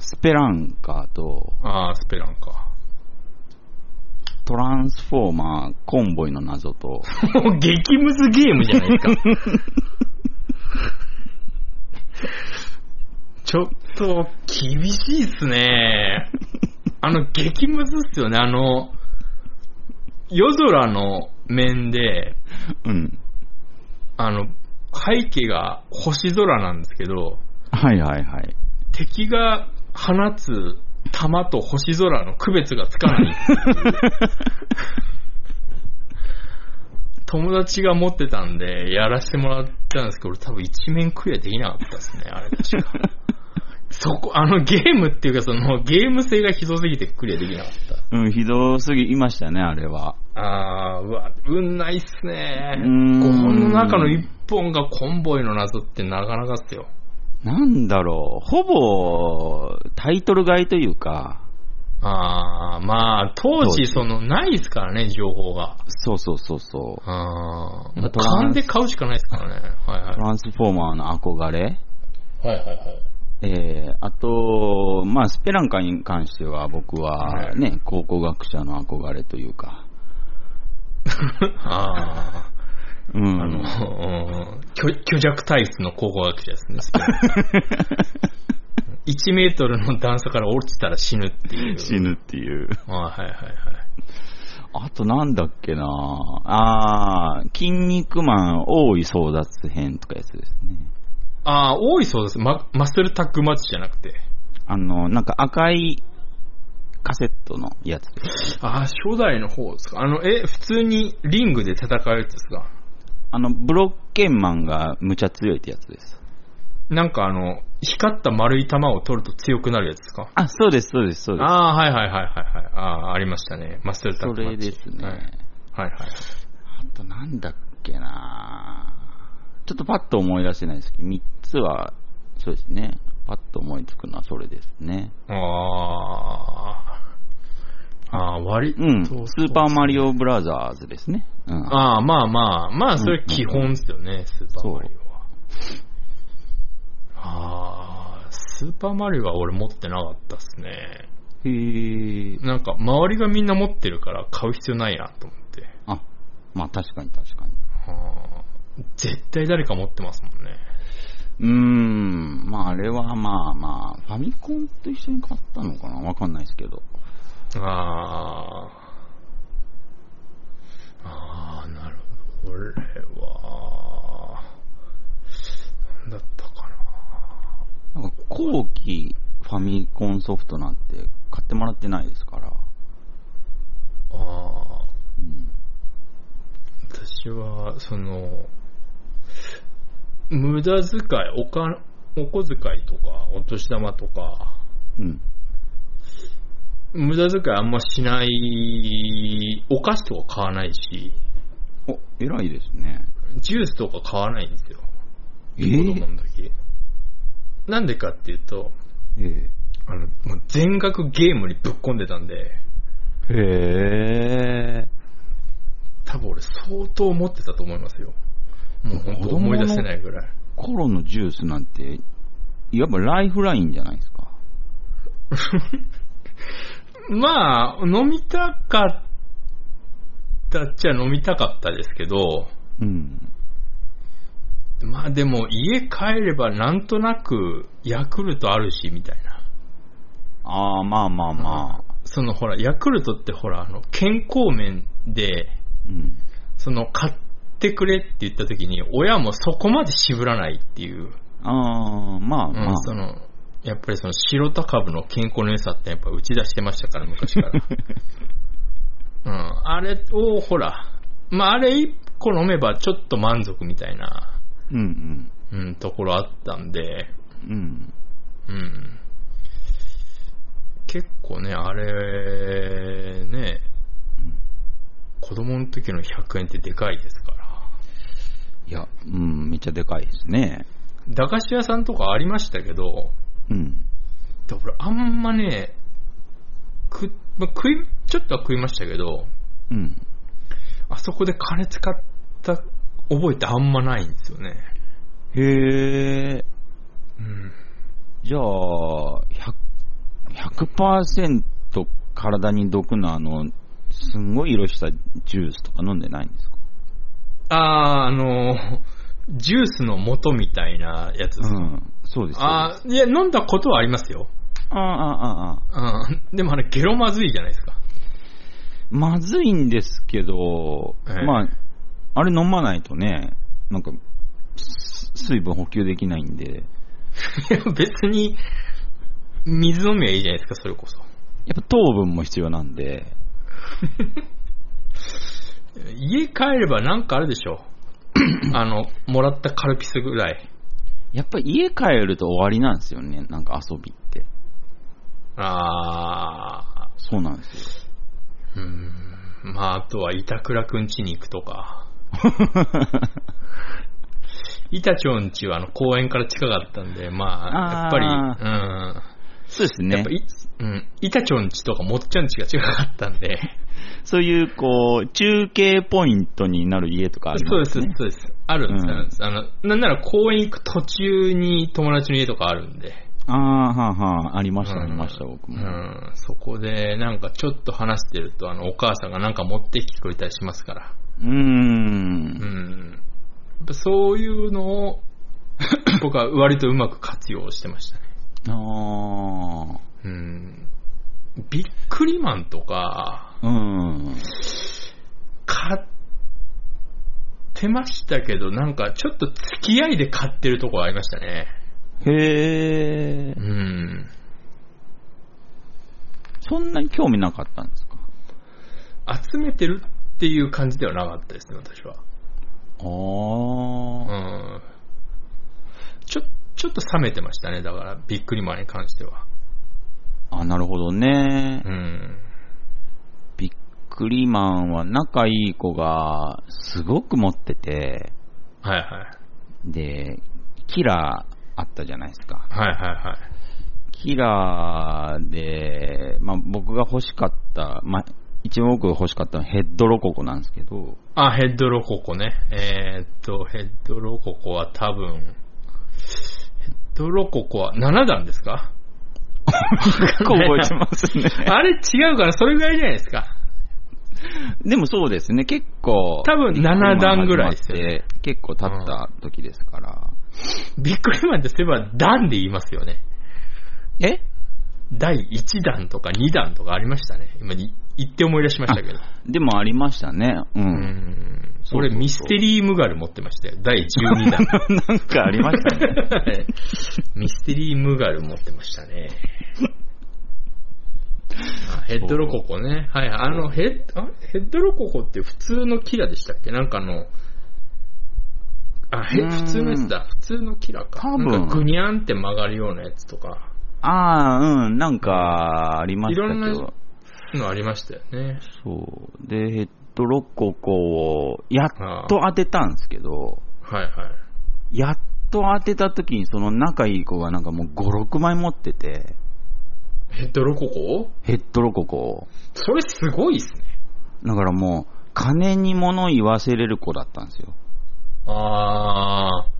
Speaker 1: スペランカーと
Speaker 2: ああ、スペランか。
Speaker 1: トランスフォーマーコンボイの謎と、
Speaker 2: もう激ムズゲームじゃないですか。ちょっと厳しいっすね。あの激ムズっすよね。あの、夜空の面で、
Speaker 1: うん。
Speaker 2: あの、背景が星空なんですけど、
Speaker 1: はいはいはい。 *laughs*
Speaker 2: 敵が放つ弾と星空の区別がつかない。友達が持ってたんで、やらせてもらったんですけど、俺多分一面クリアできなかったですね、 *laughs* あれ確か。そこ、あのゲームっていうか、そのゲーム性がひどすぎてクリアできなかっ
Speaker 1: うん、ひどすぎましたね、あれは。
Speaker 2: た。あー、うわ、運ないっすね。
Speaker 1: う
Speaker 2: 5
Speaker 1: ーん
Speaker 2: 本の中の1本がコンボイの謎ってなかなかっすよ。
Speaker 1: なんだろう、ほぼタイトル買いというか、
Speaker 2: ああ、まあ、
Speaker 1: 当
Speaker 2: 当時、
Speaker 1: 時
Speaker 2: その、ないですからね、情報が。
Speaker 1: そうそうそうそう、
Speaker 2: ああ、
Speaker 1: ま
Speaker 2: も
Speaker 1: あ
Speaker 2: う
Speaker 1: トラン
Speaker 2: 勘で買うしかないですからね。はい
Speaker 1: トランスフォーマーの憧れ、
Speaker 2: はい。はいはいはい。
Speaker 1: えー、あと、まあ、スペランカに関しては僕はね、考古学者の憧れというか、
Speaker 2: *laughs* あ
Speaker 1: う
Speaker 2: あ、あ
Speaker 1: ん、
Speaker 2: の、うん虚虚弱体質の考古学者ですね。1メートルの段差から落ちたら死ぬっていう。
Speaker 1: 死ぬっていう。
Speaker 2: はいはいはいはい。
Speaker 1: あとなんだっけなあー、筋肉マン多い争奪編とかやつですね。
Speaker 2: ああ、多いそうです。ママッスルタッグマッチじゃなくて。
Speaker 1: あの、なんか赤いカセットのやつ。
Speaker 2: ああ、初代の方ですか。あの、え、普通にリングで戦うやつですか。
Speaker 1: あの、ブロッケンマンがむちゃ強いってやつです。
Speaker 2: なんかあの、光った丸い玉を取ると強くなるやつですか
Speaker 1: あ、そうです、そうです、そうです。
Speaker 2: ああ、はいはいはいはいはい。ああ、ありましたね。マッスルタッ
Speaker 1: そ
Speaker 2: グマ
Speaker 1: れ
Speaker 2: ッチ。
Speaker 1: ですね。
Speaker 2: はいはいはい。
Speaker 1: あとなんだっけなちょっとパッと思い出せないですけど、3つは、そうですね。パッと思いつくのはそれですね。
Speaker 2: ああ。ああ、割と、
Speaker 1: うん。ス
Speaker 2: そう
Speaker 1: ーパーマリオブラザーズですね。うん。
Speaker 2: ああ、まあまあ、まあ、それ基本ですよね、スーパーマリオは。ああ、スーパーマリオは俺持ってなかったっすね。
Speaker 1: へー
Speaker 2: なんか、周りがみんな持ってるから買う必要ないなと思って。
Speaker 1: あ、まあ確かに確かに。
Speaker 2: あー絶対誰か持ってますもんね。
Speaker 1: うーん。まああれはまあまあ、ファミコンと一緒に買ったのかなわかんないですけど。
Speaker 2: ああ。ああ、なるほど。これは、なんだったか
Speaker 1: なんか後期ファミコンソフトなんて買ってもらってないですから。
Speaker 2: な。ああ、
Speaker 1: うん。
Speaker 2: 私は、その、無駄遣い、おか、お小遣いとか、お年玉とか、
Speaker 1: うん。
Speaker 2: 無駄遣いあんましない、お菓子とか買わないし、
Speaker 1: お、偉いですね。
Speaker 2: ジュースとか買わないんですよ。
Speaker 1: え
Speaker 2: 子供の時。なんでかっていうと、
Speaker 1: え
Speaker 2: あの、もう全額ゲームにぶっ込んでたんで、
Speaker 1: え。へえ。
Speaker 2: 多分俺相当持ってたと思いますよ。もう本当思い出せないぐらい。
Speaker 1: コロのジュースなんて、いわばライフラインじゃないですか。
Speaker 2: まあ、飲みたかったっちゃ飲みたかったですけど、
Speaker 1: うん。
Speaker 2: まあでも家帰ればなんとなくヤクルトあるし、みたいな。
Speaker 1: ああ、まあまあまあ。
Speaker 2: そのほら、ヤクルトってほら、あの、健康面で、
Speaker 1: うん。
Speaker 2: その、買ってくれって言った時に、親もそこまで渋らないっていう。
Speaker 1: ああ、まあ
Speaker 2: うん
Speaker 1: まあ。
Speaker 2: その、やっぱりその、白田株の健康の良さってやっぱ打ち出してましたから、昔 *laughs* から。うん。あれを、ほら、まあ、あれ一個飲めばちょっと満足みたいな、
Speaker 1: うん
Speaker 2: うん、ところあったんで、
Speaker 1: うん。うん。
Speaker 2: うん。結構ね、あれ、ね、子供の時の100円ってでかいですから。
Speaker 1: いや、うん、めっちゃでかいですね。
Speaker 2: 駄菓子屋さんとかありましたけど、
Speaker 1: うん。
Speaker 2: で俺あんまね、く、まあ食い、ちょっとは食いましたけど、
Speaker 1: うん。
Speaker 2: あそこで金使った覚えってあんまないんですよね。
Speaker 1: へえ。
Speaker 2: うん。
Speaker 1: じゃあ、100%, 100体に毒のあの、すんごい色したジュースとか飲んでないんですか
Speaker 2: あー、あのー、ジュースの素みたいなやつですか、
Speaker 1: ん。そうです。そうです
Speaker 2: あー、いや、飲んだことはありますよ。
Speaker 1: ああ、ああ、ああ。
Speaker 2: うん。でもあれ、ゲロまずいじゃないですか。 *laughs*
Speaker 1: まずいんですけど、
Speaker 2: ええ
Speaker 1: まあ、あれ飲まないとね、なんか、す水分補給できないんで、
Speaker 2: いや、別に、水飲みはいいじゃないですか、それこそ。
Speaker 1: やっぱ糖分も必要なんで、
Speaker 2: 家帰ればなんかあるでしょ。 *clears throat* あの、もらったカルピスぐらい。
Speaker 1: やっぱり家帰ると終わりなんですよね、なんか遊びって。
Speaker 2: あ
Speaker 1: そうなんですよ。
Speaker 2: ー、うーん。まあ、あとは板倉くん家に行くとか。
Speaker 1: *laughs*
Speaker 2: 板ちょん家はあの公園から近かったんで、まあ、やっぱり、うん。
Speaker 1: そうですね。
Speaker 2: いうん、板ちょん家とかもっちゃん家が近かったんで、
Speaker 1: そういう、こう、中継ポイントになる家とかあり
Speaker 2: そう
Speaker 1: ま
Speaker 2: ですす
Speaker 1: ね。、
Speaker 2: そうです。あるんです、
Speaker 1: うん
Speaker 2: あるんです。あの、なんなら公園行く途中に友達の家とかあるんで。
Speaker 1: ああ、はあはあ、ありました、
Speaker 2: うん
Speaker 1: ありました、僕
Speaker 2: う
Speaker 1: も。
Speaker 2: ん、そこで、なんかちょっと話してると、あの、お母さんがなんか持ってきてくれたりしますから。
Speaker 1: うー。
Speaker 2: うんん。やっぱそういうのを、 *coughs* 僕は割とうまく活用してましたね。
Speaker 1: ああ。
Speaker 2: うん。ビックリマンとか、
Speaker 1: うん。
Speaker 2: 買ってましたけど、なんかちょっと付き合いで買ってるとこありましたね。
Speaker 1: へえ
Speaker 2: う。ん。
Speaker 1: そんなに興味なかったんですか
Speaker 2: 集めてるっていう感じではなかったですね、私は。
Speaker 1: あ
Speaker 2: う
Speaker 1: あ。
Speaker 2: ん。ちょ、ちょっと冷めてましたね、だから、ビックリマンに関しては。
Speaker 1: あ、なるほどね
Speaker 2: う。ん。
Speaker 1: ビックリマンは仲いい子がすごく持ってて、
Speaker 2: はいはい。
Speaker 1: で、キラーあったじゃないですか。
Speaker 2: はいはいはい。
Speaker 1: キラーで、まあ僕が欲しかった、まあ一番僕が欲しかったのはヘッドロココなんですけど、
Speaker 2: あ、ヘッドロココね。えー、っと、ヘッドロココは多分、ヘッドロココは7段ですか
Speaker 1: 結構覚えてます *laughs* ね。
Speaker 2: *laughs* あれ違うから、それぐらいじゃないですか。
Speaker 1: でもそうですね、結構。
Speaker 2: 多分7段ぐらいですよね。
Speaker 1: で結構経った時ですから。
Speaker 2: ビックリマンってすれば段で言いますよね。
Speaker 1: え
Speaker 2: 第1弾とか2弾とかありましたね。今に言って思い出しましたけど。
Speaker 1: でもありましたね。う。
Speaker 2: うんん。
Speaker 1: そうそうそう
Speaker 2: 俺ミステリームガル持ってましたよ。第12弾。
Speaker 1: なんかありましたね。
Speaker 2: *laughs* ミステリームガル持ってましたね。あヘッドロココね。はい、あのヘッ、あヘッドロココって普通のキラでしたっけなんかあの、あ、へ
Speaker 1: うーん
Speaker 2: 普通のやつだ。普通のキラか。
Speaker 1: 多分
Speaker 2: なんかグニャンって曲がるようなやつとか、
Speaker 1: *laughs* ああ、うん、なんかありました
Speaker 2: いろん
Speaker 1: け
Speaker 2: な
Speaker 1: ど。
Speaker 2: のありましたよね。
Speaker 1: そう。で、ヘッドロココをやっと当てたんですけど、
Speaker 2: はいはい。
Speaker 1: やっと当てた時にその仲いい子がなんかもう5、6枚持ってて、
Speaker 2: ヘッドロココ
Speaker 1: ヘッドロココを。
Speaker 2: それすごいっすね。
Speaker 1: だからもう、金に物言わせれる子だったんですよ。
Speaker 2: あー。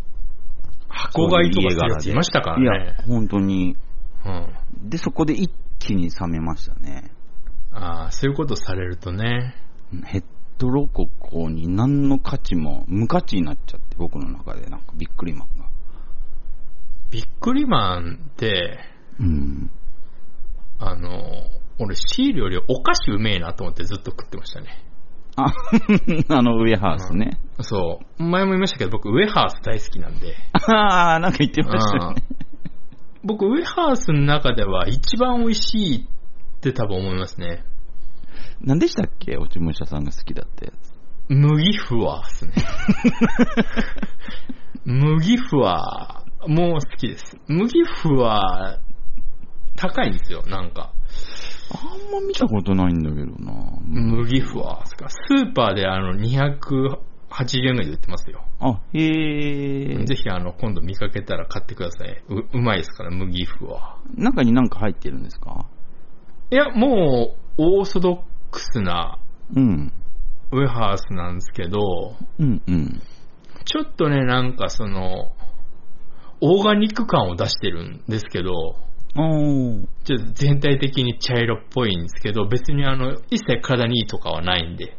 Speaker 2: 箱買いとかするやついましたから
Speaker 1: いや
Speaker 2: ね。、
Speaker 1: 本当に。
Speaker 2: うん。
Speaker 1: で、そこで一気に冷めましたね。
Speaker 2: ああ、そういうことされるとね。
Speaker 1: ヘッドロココに何の価値も無価値になっちゃって、僕の中でなんかびっくりマンが。
Speaker 2: ビックリマンって、
Speaker 1: うん。
Speaker 2: あの、俺、シールよりお菓子うめえなと思ってずっと食ってましたね。
Speaker 1: あ、 *laughs* あの、ウェハースね。
Speaker 2: そう。前も言いましたけど、僕、ウェハース大好きなんで。
Speaker 1: ああ、なんか言ってま
Speaker 2: *laughs*
Speaker 1: したね。
Speaker 2: うん僕、ウェハースの中では一番美味しいって多分思いますね。
Speaker 1: 何でしたっけ落ち武者さんが好きだったやつ。
Speaker 2: 麦ふわです *laughs* ね。麦ふわも好きです。麦ふわ高いんですよ、なんか。
Speaker 1: あんま見たことないんだけどな。
Speaker 2: 麦ふわですか。スーパーであの280円ぐらいで売ってますよ。
Speaker 1: あ、へえ。
Speaker 2: ぜひあの今度見かけたら買ってください。ううまいですから、麦ふわ。
Speaker 1: 中になんか入ってるんですか
Speaker 2: いや、もうオーソドックスな
Speaker 1: うん。
Speaker 2: ウェハースなんですけど、
Speaker 1: うんうん。
Speaker 2: ちょっとね、なんかその、オーガニック感を出してるんですけど、
Speaker 1: おー。
Speaker 2: ちょっと全体的に茶色っぽいんですけど、別にあの、一切体にいいとかはないんで。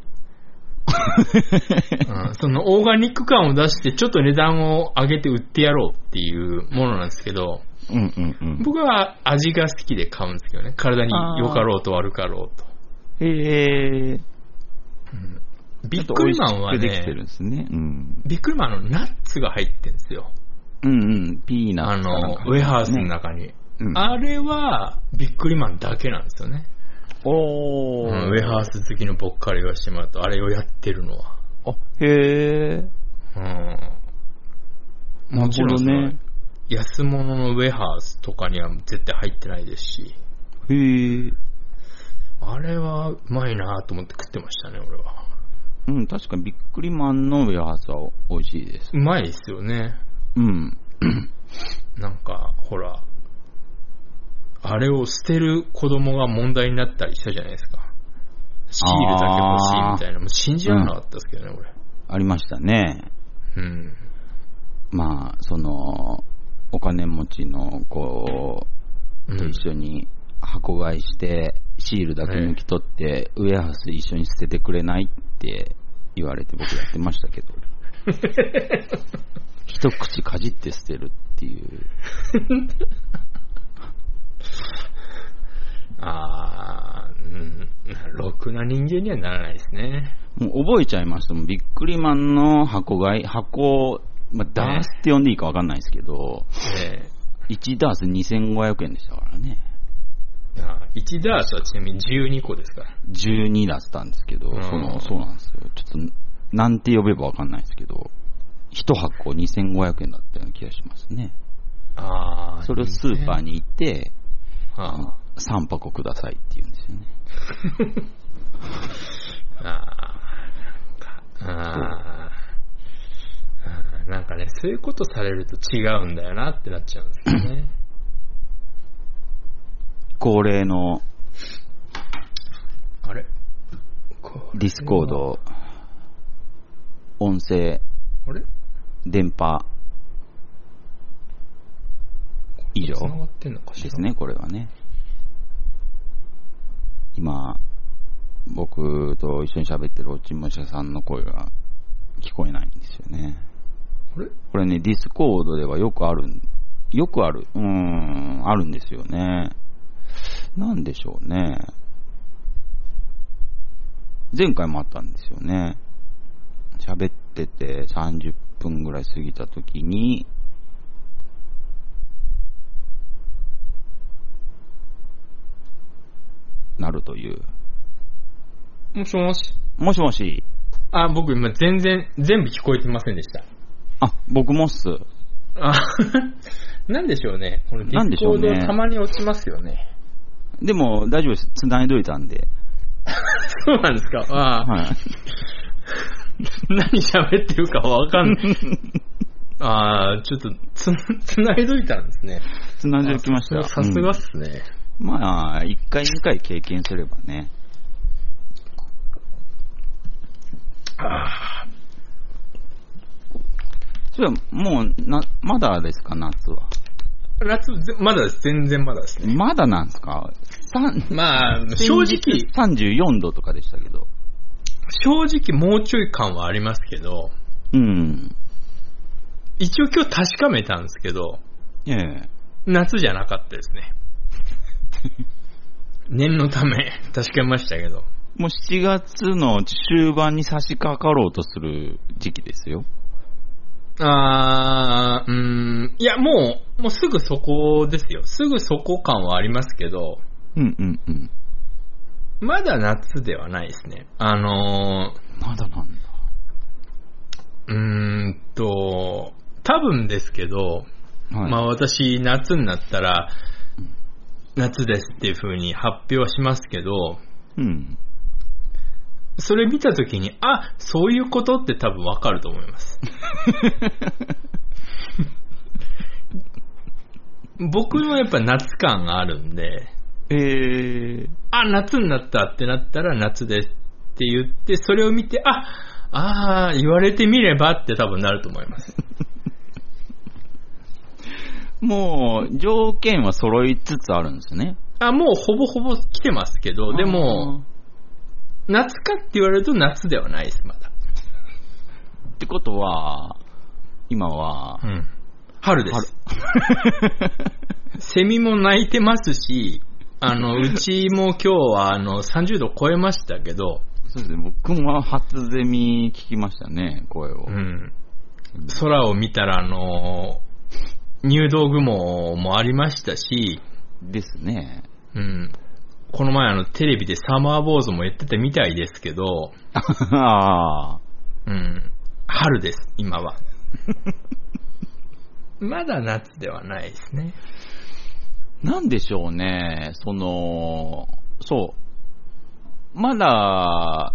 Speaker 2: うん、そのオーガニック感を出して、ちょっと値段を上げて売ってやろうっていうものなんですけど、
Speaker 1: *laughs* うんうんうん。
Speaker 2: 僕は味が好きで買うんですけどね、体に良かろうと悪かろうと。
Speaker 1: へえ。
Speaker 2: ビックリマン
Speaker 1: ち
Speaker 2: は
Speaker 1: ょっと美味しくできてる
Speaker 2: ね、
Speaker 1: んですね。うん。
Speaker 2: ビックリマンのナッツが入ってるんですよ。
Speaker 1: うんうん。ピーナ
Speaker 2: あ
Speaker 1: ッツかなん
Speaker 2: の、
Speaker 1: か
Speaker 2: ウェハースの中に。
Speaker 1: うん、
Speaker 2: あれは、ビックリマンだけなんですよね。
Speaker 1: お
Speaker 2: うんウェハース好きの僕から言わせてもらうと、あれをやってるのは。
Speaker 1: あ、へえ。
Speaker 2: うん。
Speaker 1: なる
Speaker 2: もちろ
Speaker 1: ほど
Speaker 2: んその
Speaker 1: ね。
Speaker 2: 安物のウェハースとかには絶対入ってないですし、
Speaker 1: へえ。
Speaker 2: あれはうまいなと思って食ってましたね、俺は。
Speaker 1: うん、確かにビックリマンのウェハースは美味しいです。
Speaker 2: うまいですよね。
Speaker 1: うん。
Speaker 2: なんか、ほら、あれを捨てる子供が問題になったりしたじゃないですか。シールだけ欲しいみたいな。もう信じられなかったですけどね、俺。
Speaker 1: ありましたね。
Speaker 2: うん。
Speaker 1: まあ、その、お金持ちの子
Speaker 2: う
Speaker 1: と
Speaker 2: ん
Speaker 1: 一緒に箱買いして、シールだけ抜き取って、ウェハース一緒に捨ててくれないって言われて僕やってました
Speaker 2: *laughs*
Speaker 1: けど。一口かじって捨てるっていう。
Speaker 2: あー、うん。ろくな人間にはならないですね。
Speaker 1: もう覚えちゃいましたもん。ビックリマンの箱買い、箱を、まあ、ダースって呼んでいいかわかんないですけど、
Speaker 2: ええ
Speaker 1: 1ダース2500円でしたからね。
Speaker 2: あ1ダースはちなみに12個ですから。
Speaker 1: 12だったんですけど、
Speaker 2: うん
Speaker 1: そのそうなんですよ。ちょっと、なんて呼べばわかんないですけど、一箱2500円だったような気がしますね。
Speaker 2: あ
Speaker 1: それをスーパー
Speaker 2: に。
Speaker 1: に行って、
Speaker 2: あ
Speaker 1: 3箱くださいって言うんですよね。
Speaker 2: あ、なんか、あーあー、なんかね、そういうことされると違うんだよなってなっちゃうんですよね。
Speaker 1: 恒例の
Speaker 2: あれこれ
Speaker 1: ディスコード、音声、
Speaker 2: あれ
Speaker 1: 電波、以上
Speaker 2: 繋がってんのかしら
Speaker 1: です。ね、これはね。今、僕と一緒に喋ってる落ち武者さんの声が聞こえないんですよね。
Speaker 2: あれ
Speaker 1: これね、ディスコードではよくあるん、よくある、うーん、あるんですよね。なんでしょうね。前回もあったんですよね。喋ってて30分ぐらい過ぎた時に、なるという。
Speaker 2: もしもし。
Speaker 1: もしもし。
Speaker 2: あ、僕今全然、全部聞こえてませんでした。
Speaker 1: あ、僕もっす。
Speaker 2: あ *laughs* なんでしょうね。このディ
Speaker 1: なんで
Speaker 2: ス
Speaker 1: しょ
Speaker 2: コ
Speaker 1: う
Speaker 2: ード
Speaker 1: ね
Speaker 2: たまに落ちますよね。
Speaker 1: でも大丈夫です。繋いどいたんで。
Speaker 2: そうなんですかああ、
Speaker 1: はい。
Speaker 2: 何喋ってるかわかん
Speaker 1: *laughs*
Speaker 2: ない。ああ、ちょっとつ、 *laughs* つないどいたんですね。
Speaker 1: 繋いでおきました。
Speaker 2: *laughs* さすがっすね。
Speaker 1: まあ、一回二回経験すればね。
Speaker 2: ああ、
Speaker 1: それはもうな、まだですか、夏は。
Speaker 2: らつ、まだです。全然まだですね。
Speaker 1: まだなんですか三
Speaker 2: まあ、正直、
Speaker 1: 34度とかでしたけど。
Speaker 2: 正直もうちょい感はありますけど、
Speaker 1: うん。
Speaker 2: 一応今日確かめたんですけど、
Speaker 1: ええ。
Speaker 2: 夏じゃなかったです *laughs* ね。念のため、確かめましたけど。
Speaker 1: もう7月の終盤に差し掛かろうとする時期ですよ。
Speaker 2: あー、うーん、いや、もう、もうすぐそこですよ。すぐそこ感はありますけど、
Speaker 1: うんうんうん。
Speaker 2: まだ夏ではないですね。あの
Speaker 1: まだなんだ。
Speaker 2: ー、うーんと、多分ですけど、
Speaker 1: はい。
Speaker 2: まあ私、夏になったら、夏ですっていう風に発表はしますけど、
Speaker 1: うん。
Speaker 2: それ見たときに、あ、そういうことって多分わかると思
Speaker 1: *laughs*
Speaker 2: います。僕もやっぱ夏感があるんで、
Speaker 1: ええ
Speaker 2: あ、夏になったってなったら夏ですって言って、それを見て、あ、ああ、言われてみればって多分なると思います。
Speaker 1: もう、条件は揃いつつあるんですね。
Speaker 2: あ、もうほぼほぼ来てますけど、でも、
Speaker 1: あ
Speaker 2: 夏かって言われると夏ではないです、まだ。
Speaker 1: ー、ってことは、今は
Speaker 2: う、ん。春です。セミも鳴いてますし、あの、 *laughs* うちも今日はあの、30度超えましたけど、
Speaker 1: そうですね、僕も初ゼミ聞きましたね、声を。
Speaker 2: うん。空を見たら、あの、入道雲もありましたし、
Speaker 1: ですね。
Speaker 2: うん。この前あの、テレビでサマーボーズもやってたみたいですけど、
Speaker 1: ああ、
Speaker 2: うん。春です、今は。 *laughs* まだ夏ではないですね。
Speaker 1: なんでしょうね、その、そう。まだ、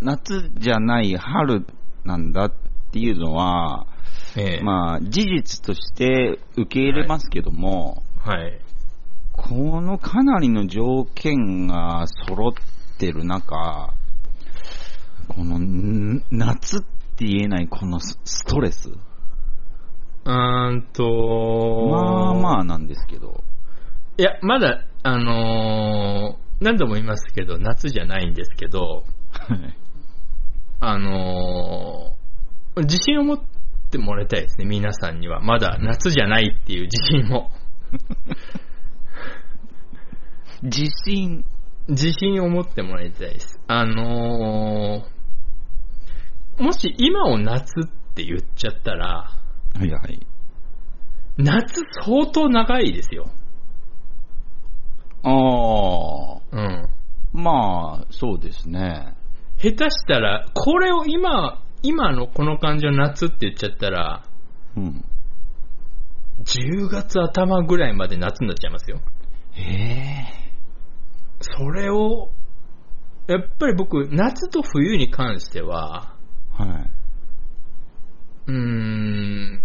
Speaker 1: 夏じゃない春なんだっていうのは、
Speaker 2: ええ。
Speaker 1: まあ、事実として受け入れますけども、
Speaker 2: はい。
Speaker 1: このかなりの条件が揃ってる中、このん夏って言えないこのスストレス、
Speaker 2: うーんと、
Speaker 1: まあまあなんですけ *laughs* ど、
Speaker 2: いや、まだ、あのー何度も言いますけど、夏じゃないんですけど、あのー自信を持ってもらいたいですね、皆さんには。まだ夏じゃないっていう自信を。 *laughs*
Speaker 1: 自信、
Speaker 2: 自信を持ってもらいたいです。あのーもし今を夏って言っちゃったら、
Speaker 1: はいはい。
Speaker 2: 夏相当長いですよ。
Speaker 1: ああ、
Speaker 2: うん。
Speaker 1: まあ、そうですね。
Speaker 2: 下手したら、これを今、今のこの感じの夏って言っちゃったら、
Speaker 1: うん。
Speaker 2: 10月頭ぐらいまで夏になっちゃいますよ。
Speaker 1: え
Speaker 2: それを、やっぱり僕、夏と冬に関しては、
Speaker 1: えはい。
Speaker 2: うーん、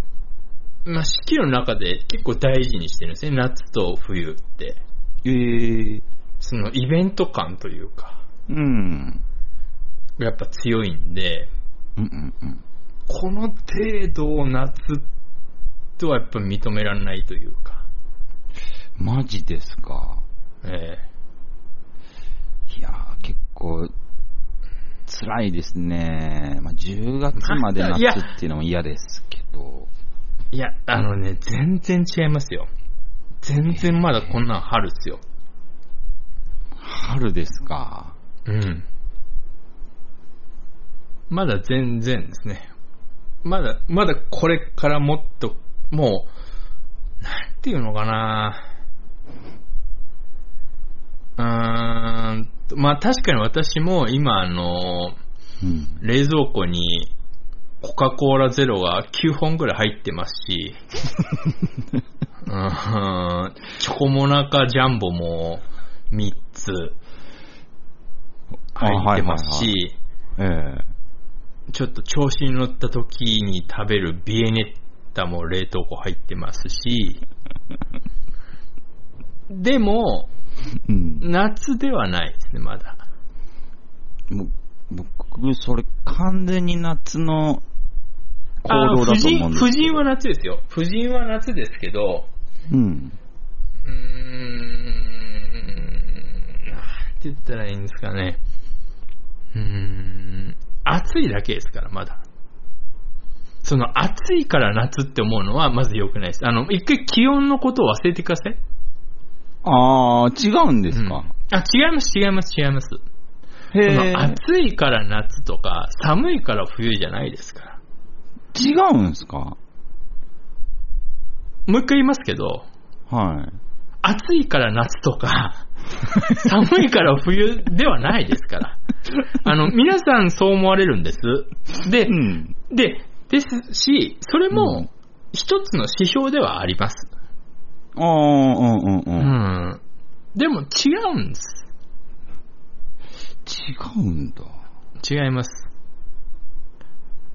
Speaker 2: まあ、四季の中で結構大事にしてるんですね、夏と冬って。
Speaker 1: ええ
Speaker 2: そのイベント感というか、
Speaker 1: うん。
Speaker 2: やっぱ強いんで、
Speaker 1: うんうんうん。
Speaker 2: この程度を夏とはやっぱ認められないというか、
Speaker 1: マジですか。
Speaker 2: え
Speaker 1: いやー、結構、辛いですね。まあ、10月まで夏っていうのも嫌ですけど。
Speaker 2: えいや、あのね、全然違いますよ。全然まだこんなん春っすよ。
Speaker 1: 春ですか。
Speaker 2: うん。まだ全然ですね。まだ、まだこれからもっと、もう、なんていうのかなうーんと、まあ確かに私も今あの、
Speaker 1: うん。
Speaker 2: 冷蔵庫にコカ・コーラゼロが9本ぐらい入ってます
Speaker 1: *laughs*
Speaker 2: し、うーんチョコモナカジャンボも3つ入ってますし、
Speaker 1: あはいええ
Speaker 2: ちょっと調子に乗った時に食べるビエネッタも冷凍庫入ってますし、でも、
Speaker 1: うん。
Speaker 2: 夏ではないですね、まだ。
Speaker 1: もう僕、それ完全に夏の行
Speaker 2: あ
Speaker 1: 動だと思うん
Speaker 2: 婦人
Speaker 1: です
Speaker 2: 婦人は夏ですよ。婦人は夏ですけど、
Speaker 1: うん。
Speaker 2: うーん、なんて言ったらいいんですかね。うーん、暑いだけですから、まだ。その暑いから夏って思うのはまず良くないです。あの、一回気温のことを忘れてください。
Speaker 1: ああ、違うんです
Speaker 2: うん
Speaker 1: か。
Speaker 2: あ、違います、違います、違います。そ
Speaker 1: へえ
Speaker 2: の、暑いから夏とか、寒いから冬じゃないですから。
Speaker 1: 違うんですか
Speaker 2: もう一回言いますけど、
Speaker 1: はい。
Speaker 2: 暑いから夏と
Speaker 1: *laughs*
Speaker 2: か、寒いから冬ではないですから。あの、皆さんそう思われるんです。で、
Speaker 1: うん。
Speaker 2: で、ですし、それ
Speaker 1: う
Speaker 2: も
Speaker 1: ん
Speaker 2: 一つの指標ではあります。
Speaker 1: ああ、うんうんう。
Speaker 2: うんん。でも違うんです。
Speaker 1: 違うんだ。
Speaker 2: 違います。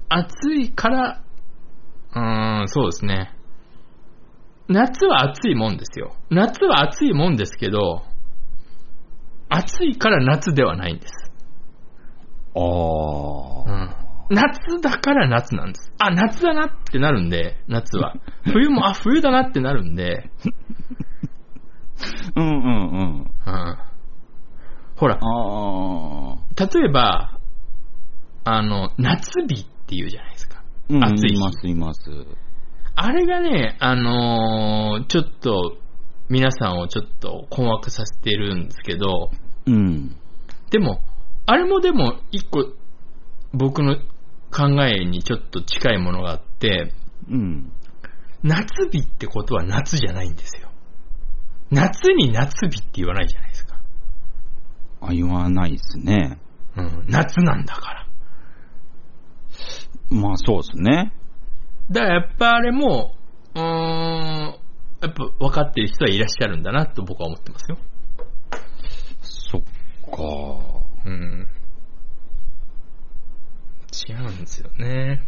Speaker 2: 暑いから、うーん、そうですね。夏は暑いもんですよ。夏は暑いもんですけど、暑いから夏ではないんです。
Speaker 1: あ
Speaker 2: う
Speaker 1: あ。
Speaker 2: ん。夏だから夏なんです。あ、夏だなってなるんで、夏 *laughs* は。冬も、あ、冬だなってなるんで、
Speaker 1: うんうんうん。
Speaker 2: うん。ほら、
Speaker 1: ああ。
Speaker 2: 例えば、あの、夏日って言うじゃないですか。
Speaker 1: うん
Speaker 2: 暑い日
Speaker 1: います、います。
Speaker 2: あれがね、あのーちょっと、皆さんをちょっと困惑させてるんですけど、
Speaker 1: うん。
Speaker 2: でも、あれもでも、一個、僕の考えにちょっと近いものがあって、
Speaker 1: うん。
Speaker 2: 夏日ってことは夏じゃないんですよ。夏に夏日って言わないじゃないですか。
Speaker 1: あ、言わないですね。
Speaker 2: うん、夏なんだから。
Speaker 1: まあ、そうですね。
Speaker 2: だからやっぱあれも、うーん、やっぱ分かってる人はいらっしゃるんだなと僕は思ってますよ。
Speaker 1: そっか。
Speaker 2: うん。違うんですよね。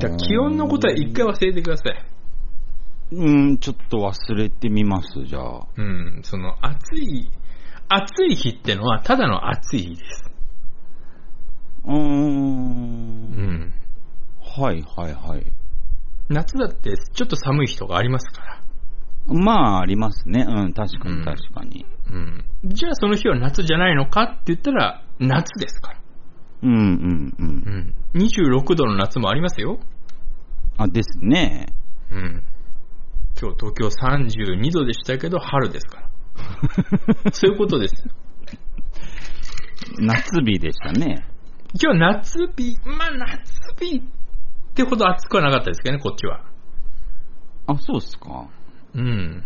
Speaker 2: だから気温のことは一回忘れてください。
Speaker 1: うん、ちょっと忘れてみます、じゃあ。
Speaker 2: うん、その暑い、暑い日ってのはただの暑い日です。
Speaker 1: うー。
Speaker 2: うんん。
Speaker 1: はい、はい、はい。
Speaker 2: 夏だってちょっと寒い日とかありますから。
Speaker 1: まあ、ありますね。うん、確か
Speaker 2: うん
Speaker 1: に、確かに。
Speaker 2: うん。じゃあその日は夏じゃないのかって言ったら夏ですから。
Speaker 1: うん、うん、うん
Speaker 2: う。ん。26度の夏もありますよ。
Speaker 1: あ、ですね。
Speaker 2: うん。今日東京32度でしたけど、春です *laughs* から。そういうことです。
Speaker 1: 夏日でしたね。
Speaker 2: 今日夏日、まあ夏日ってほど暑くはなかったですけどね、こっちは。
Speaker 1: あ、そうっすか。
Speaker 2: うん。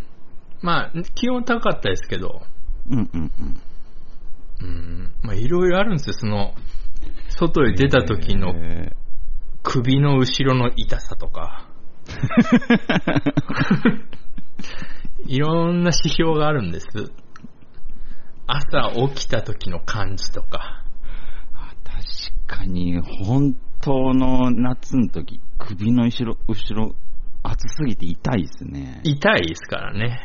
Speaker 2: まあ、気温高かったですけど、
Speaker 1: うん、うん、うん。
Speaker 2: うん。まあ、いろいろあるんですよ、その、外へ出た時の
Speaker 1: え
Speaker 2: 首の後ろの痛さ
Speaker 1: *laughs*
Speaker 2: とか。いろんな指標があるんです。朝起きた時の感じとか。
Speaker 1: ー確かに、本当の夏の時、首の後ろ、後ろ、暑すぎて痛いですね。
Speaker 2: 痛いですからね。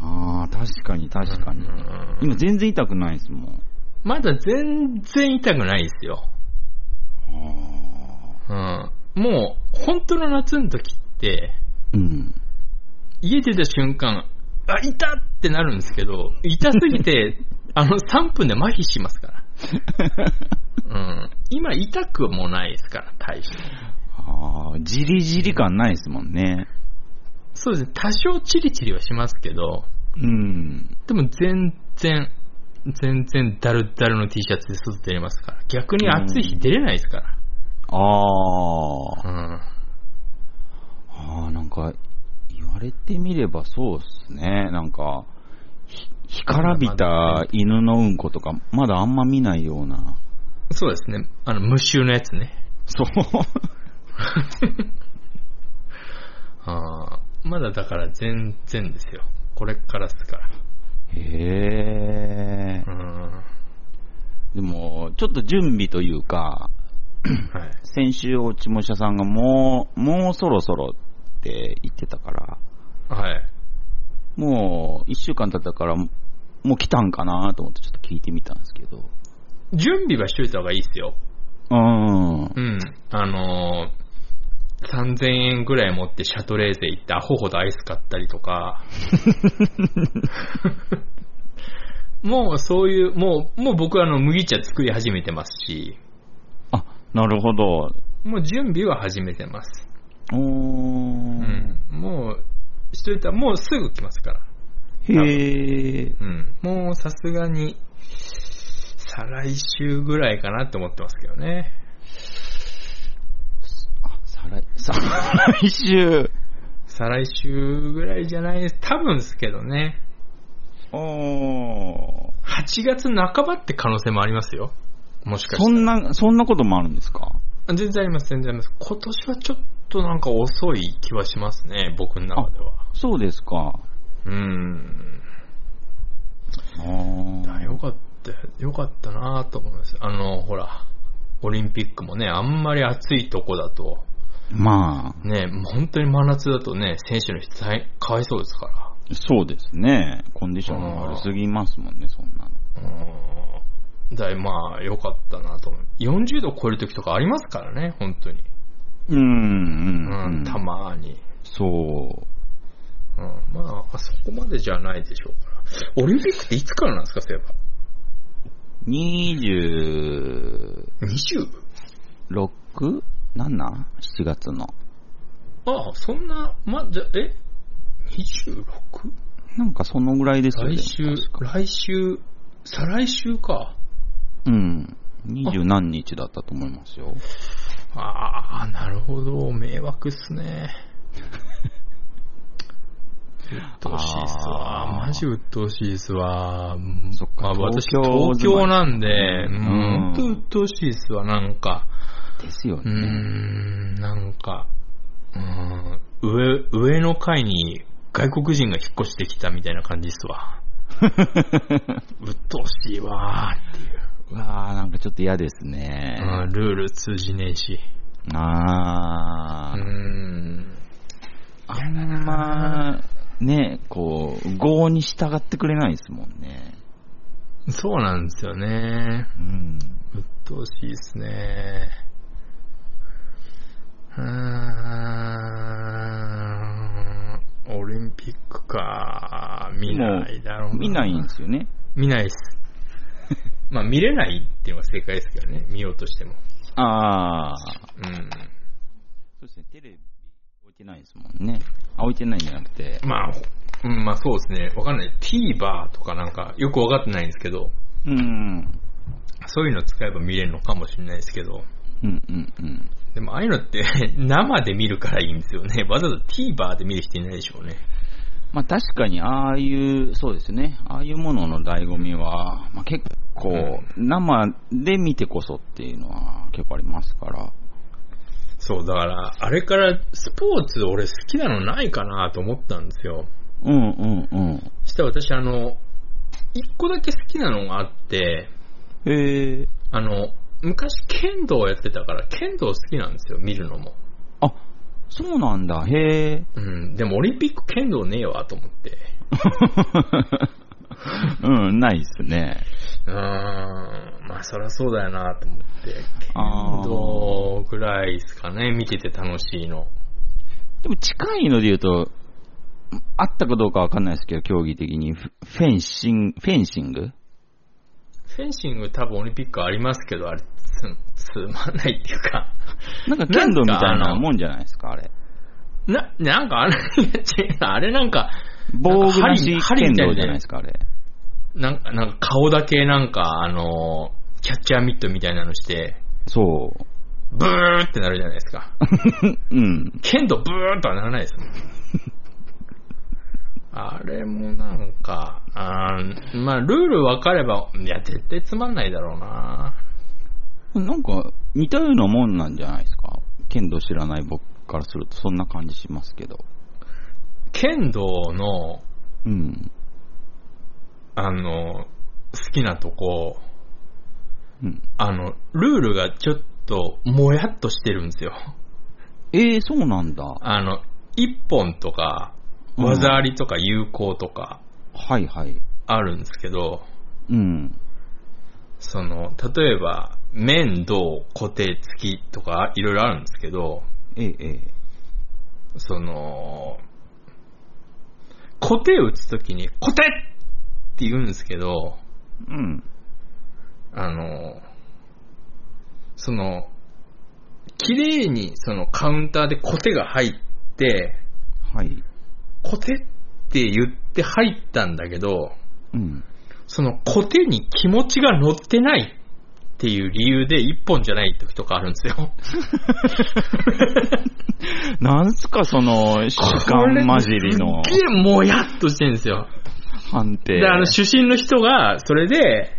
Speaker 1: ああ、確かに、確かに。
Speaker 2: うん
Speaker 1: 今、全然痛くないですもん。
Speaker 2: まだ全然痛くないですよ。
Speaker 1: あ
Speaker 2: うん。もう、本当の夏の時って、
Speaker 1: ーうん。
Speaker 2: 家出た瞬間、あ、痛っってなるんですけど、痛すぎて、あの、3分で麻痺しますから。うん。今、痛くもないですから、大して。
Speaker 1: ああ、じりじり感ないですもんね。
Speaker 2: そうですね。多少チリチリはしますけど、
Speaker 1: うん。
Speaker 2: でも全然、全然ダルダルの T シャツで外出れますから。逆に暑い日出れないですから。
Speaker 1: ああ。
Speaker 2: うん。
Speaker 1: ああ、なんか、言われてみればそうっすね。なんか、ひ、干からびた犬のうんことか、まだあんま見ないような。
Speaker 2: そうですね。あの、無臭のやつね。
Speaker 1: そう。
Speaker 2: あーまだだから全然ですよ。これからっすから。
Speaker 1: へえ
Speaker 2: う。ん。は
Speaker 1: でも、ちょっと準備というか、
Speaker 2: い。
Speaker 1: 先週、おちもしゃさんがもう、もうそろそろって言ってたから、
Speaker 2: はい。
Speaker 1: もう、一週間経ったから、もう来たんかなと思ってちょっと聞いてみたんですけど。
Speaker 2: 準備はしといた方がいいですよ。
Speaker 1: うん。
Speaker 2: うん。あのー3000円ぐらい持ってシャトレーゼ行ってアホほどアイス買ったりと *laughs* か、もうそういう、もう、もう僕はあの麦茶作り始めてますし、
Speaker 1: あ、なるほど。
Speaker 2: もう準備は始めてます。
Speaker 1: おー。
Speaker 2: うん。もう、しといたらもうすぐ来ますから。
Speaker 1: へえ。
Speaker 2: うん。もうさすがに、再来週ぐらいかなって思ってますけどね。
Speaker 1: あ、再来、再来週。
Speaker 2: 再来週ぐらいじゃないです。多分ですけどね。
Speaker 1: おー。
Speaker 2: 8月半ばって可能性もありますよ。もしか
Speaker 1: そ
Speaker 2: した。
Speaker 1: んな、そんなこともあるんですから
Speaker 2: 全然あります、全然あります。今年はちょっとなんか遅い気はしますね、僕の中では。
Speaker 1: そうですか。
Speaker 2: うん。
Speaker 1: あー
Speaker 2: だよかった、よかったなぁと思います。あの、ほら、オリンピックもね、あんまり暑いとこだと、
Speaker 1: まあ、
Speaker 2: ね、もう本当に真夏だとね、選手の人大かわいそうですか
Speaker 1: そうですね。コンディションが悪すぎますもんね、そんなの。
Speaker 2: ら。うん。だい、まあ、よかったなと思う。40度超える時とかありますからね、本当に。
Speaker 1: うん、
Speaker 2: う
Speaker 1: うん
Speaker 2: ん、、たまーに。
Speaker 1: そう。
Speaker 2: うん、まあ、あそこまでじゃないでしょうから。オリンピックっていつからなんですか、そういえば。
Speaker 1: 26?
Speaker 2: 20?
Speaker 1: 7? 7月の。
Speaker 2: ああ、そんな、ま、じゃ、え ?26?
Speaker 1: なんかそのぐらいですよね。
Speaker 2: 来週、来週、再来週か。
Speaker 1: うん。二十何日だったと思いますよ。
Speaker 2: ああ、なるほど。迷惑っ
Speaker 1: *laughs*
Speaker 2: すね。鬱陶しいっすわ。
Speaker 1: あー
Speaker 2: マジ鬱陶しいっすわ。
Speaker 1: そっか
Speaker 2: まあ、私、
Speaker 1: 東京
Speaker 2: 東京なん
Speaker 1: 住
Speaker 2: で、
Speaker 1: まい
Speaker 2: うん、ほんと
Speaker 1: うん
Speaker 2: 鬱陶しいっすわ。なんか、
Speaker 1: ですよ
Speaker 2: うー
Speaker 1: ね。
Speaker 2: ん、なんか、うーん、上、上の階に外国人が引っ越してきたみたいな感じっす
Speaker 1: *laughs*
Speaker 2: わ。鬱陶しいわーっていう。
Speaker 1: うわあなんかちょっと嫌ですね。
Speaker 2: うん、ルール通じねえし。う
Speaker 1: あ
Speaker 2: ー
Speaker 1: ー
Speaker 2: ん。
Speaker 1: あんま、ね、こう、合に従ってくれないですもんね。
Speaker 2: そうなんですよね。
Speaker 1: うん。
Speaker 2: 鬱陶しいっすね。うーん。オリンピックか。見ないだろうな。
Speaker 1: 見ないんですよね。
Speaker 2: 見ない *laughs* っす。まあ見れないっていうのが正解ですけどね。見ようとしても。
Speaker 1: ああ。
Speaker 2: うん。
Speaker 1: そうですね、テレビ置いてないですもんね。あ、置いてないんじゃなくて。
Speaker 2: まあ、うん、まあそうですね。わかんない。TVer とかなんかよくわかってないんですけど、
Speaker 1: うん。
Speaker 2: そういうの使えば見れるのかもしれないですけど。
Speaker 1: うんうんうん。
Speaker 2: でもああいうのって *laughs* 生で見るからいいんですよね。 *laughs* わざわざ TVer で見る人いないでしょうね。
Speaker 1: まあ確かにああいう、そうですね、ああいうものの醍醐味は、まあ、結構、生で見てこそっていうのは結構ありますから。
Speaker 2: そう、だから、あれからスポーツ俺好きなのないかなと思ったんですよ。
Speaker 1: うんうんうん。
Speaker 2: そしたら私あの、一個だけ好きなのがあって、
Speaker 1: へえ。
Speaker 2: あの、昔剣道をやってたから、剣道好きなんですよ、見るのも。
Speaker 1: あ、そうなんだ、へ *laughs* え。
Speaker 2: うん、でもオリンピック剣道ねえわと思って。
Speaker 1: うん、ないっすね。
Speaker 2: うーん、まあそりゃそうだよなと思って。
Speaker 1: あー
Speaker 2: 剣道ぐらいですかね、見てて楽しいの。
Speaker 1: でも近いので言うと、あったかどうかわかんないですけど、競技的に、フフェンシング、フェンシング
Speaker 2: フェンシング多分オリンピックありますけど、あれ、つ、つまんないっていうか。
Speaker 1: なんか剣道みたい
Speaker 2: なんかあ
Speaker 1: な
Speaker 2: の
Speaker 1: もんじゃないですか、あれ。
Speaker 2: な、なんかあれ、いや違うなあれなんか、
Speaker 1: 棒暮らし
Speaker 2: 針
Speaker 1: 剣
Speaker 2: みたいな
Speaker 1: 道じゃないですか、あれ。
Speaker 2: なんか、なんか顔だけなんか、あの、キャッチャーミットみたいなのして、
Speaker 1: そ
Speaker 2: ブーってなるじゃないですか。
Speaker 1: う。うん。
Speaker 2: 剣道ブーンとはならないですもん。あれもなんか、あーまあ、ルール分かれば、いや、絶対つまんないだろうな。
Speaker 1: なんか、似たようなもんなんじゃないですか。剣道知らない僕からすると、そんな感じしますけど。
Speaker 2: 剣道の、
Speaker 1: うん。
Speaker 2: あの、好きなとこ、
Speaker 1: うん、
Speaker 2: あの、ルールがちょっと、もやっとしてるんですよ。
Speaker 1: えー、そうなんだ。
Speaker 2: あの、一本とか、
Speaker 1: うん
Speaker 2: 技ありとか有効とか、
Speaker 1: はいはい。
Speaker 2: あるんですけど、
Speaker 1: うん。
Speaker 2: その、例えば、面、銅、固定、突きとか、いろいろあるんですけど、
Speaker 1: ええ、ええ。
Speaker 2: その、コテ打つときに、コテって言うんですけど、
Speaker 1: うん。
Speaker 2: あの、その、綺麗にそのカウンターでコテが入って、
Speaker 1: はい。
Speaker 2: コテって言って入ったんだけど、
Speaker 1: うん。
Speaker 2: そのコテに気持ちが乗ってないっていう理由で一本じゃない時とかあるんですよ。
Speaker 1: なんすか、その、主観混じりの
Speaker 2: すっげえもやっとしてるんですよ。
Speaker 1: 判定。
Speaker 2: で、あの、主審の人が、そ
Speaker 1: *laughs*
Speaker 2: れで、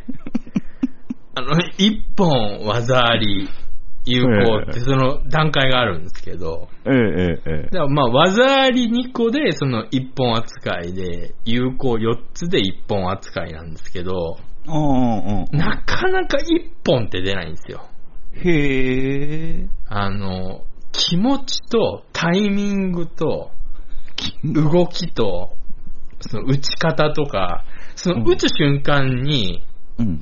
Speaker 2: あの、一本技あり、有効って、その段階があるんですけど、
Speaker 1: ええ、ええ、ええ。
Speaker 2: だからまあ、技あり2個で、その1本扱いで、有効4つで1本扱いなんですけど、
Speaker 1: うんうんうん。
Speaker 2: なかなか1本って出ないんですよ。
Speaker 1: へえ。
Speaker 2: あの、気持ちとタイミングと動きと、その打ち方とか、その打つ瞬間に、
Speaker 1: うん。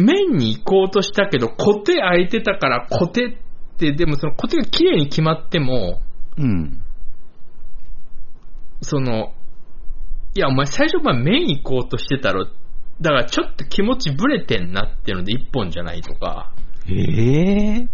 Speaker 2: 面に行こうとしたけど、コテ空いてたからコテって、でもそのコテが綺麗に決まっても、
Speaker 1: うん。
Speaker 2: その、いや、お前最初から面行こうとしてたろ。だからちょっと気持ちブレてんなっていうので一本じゃないとか、
Speaker 1: へえ。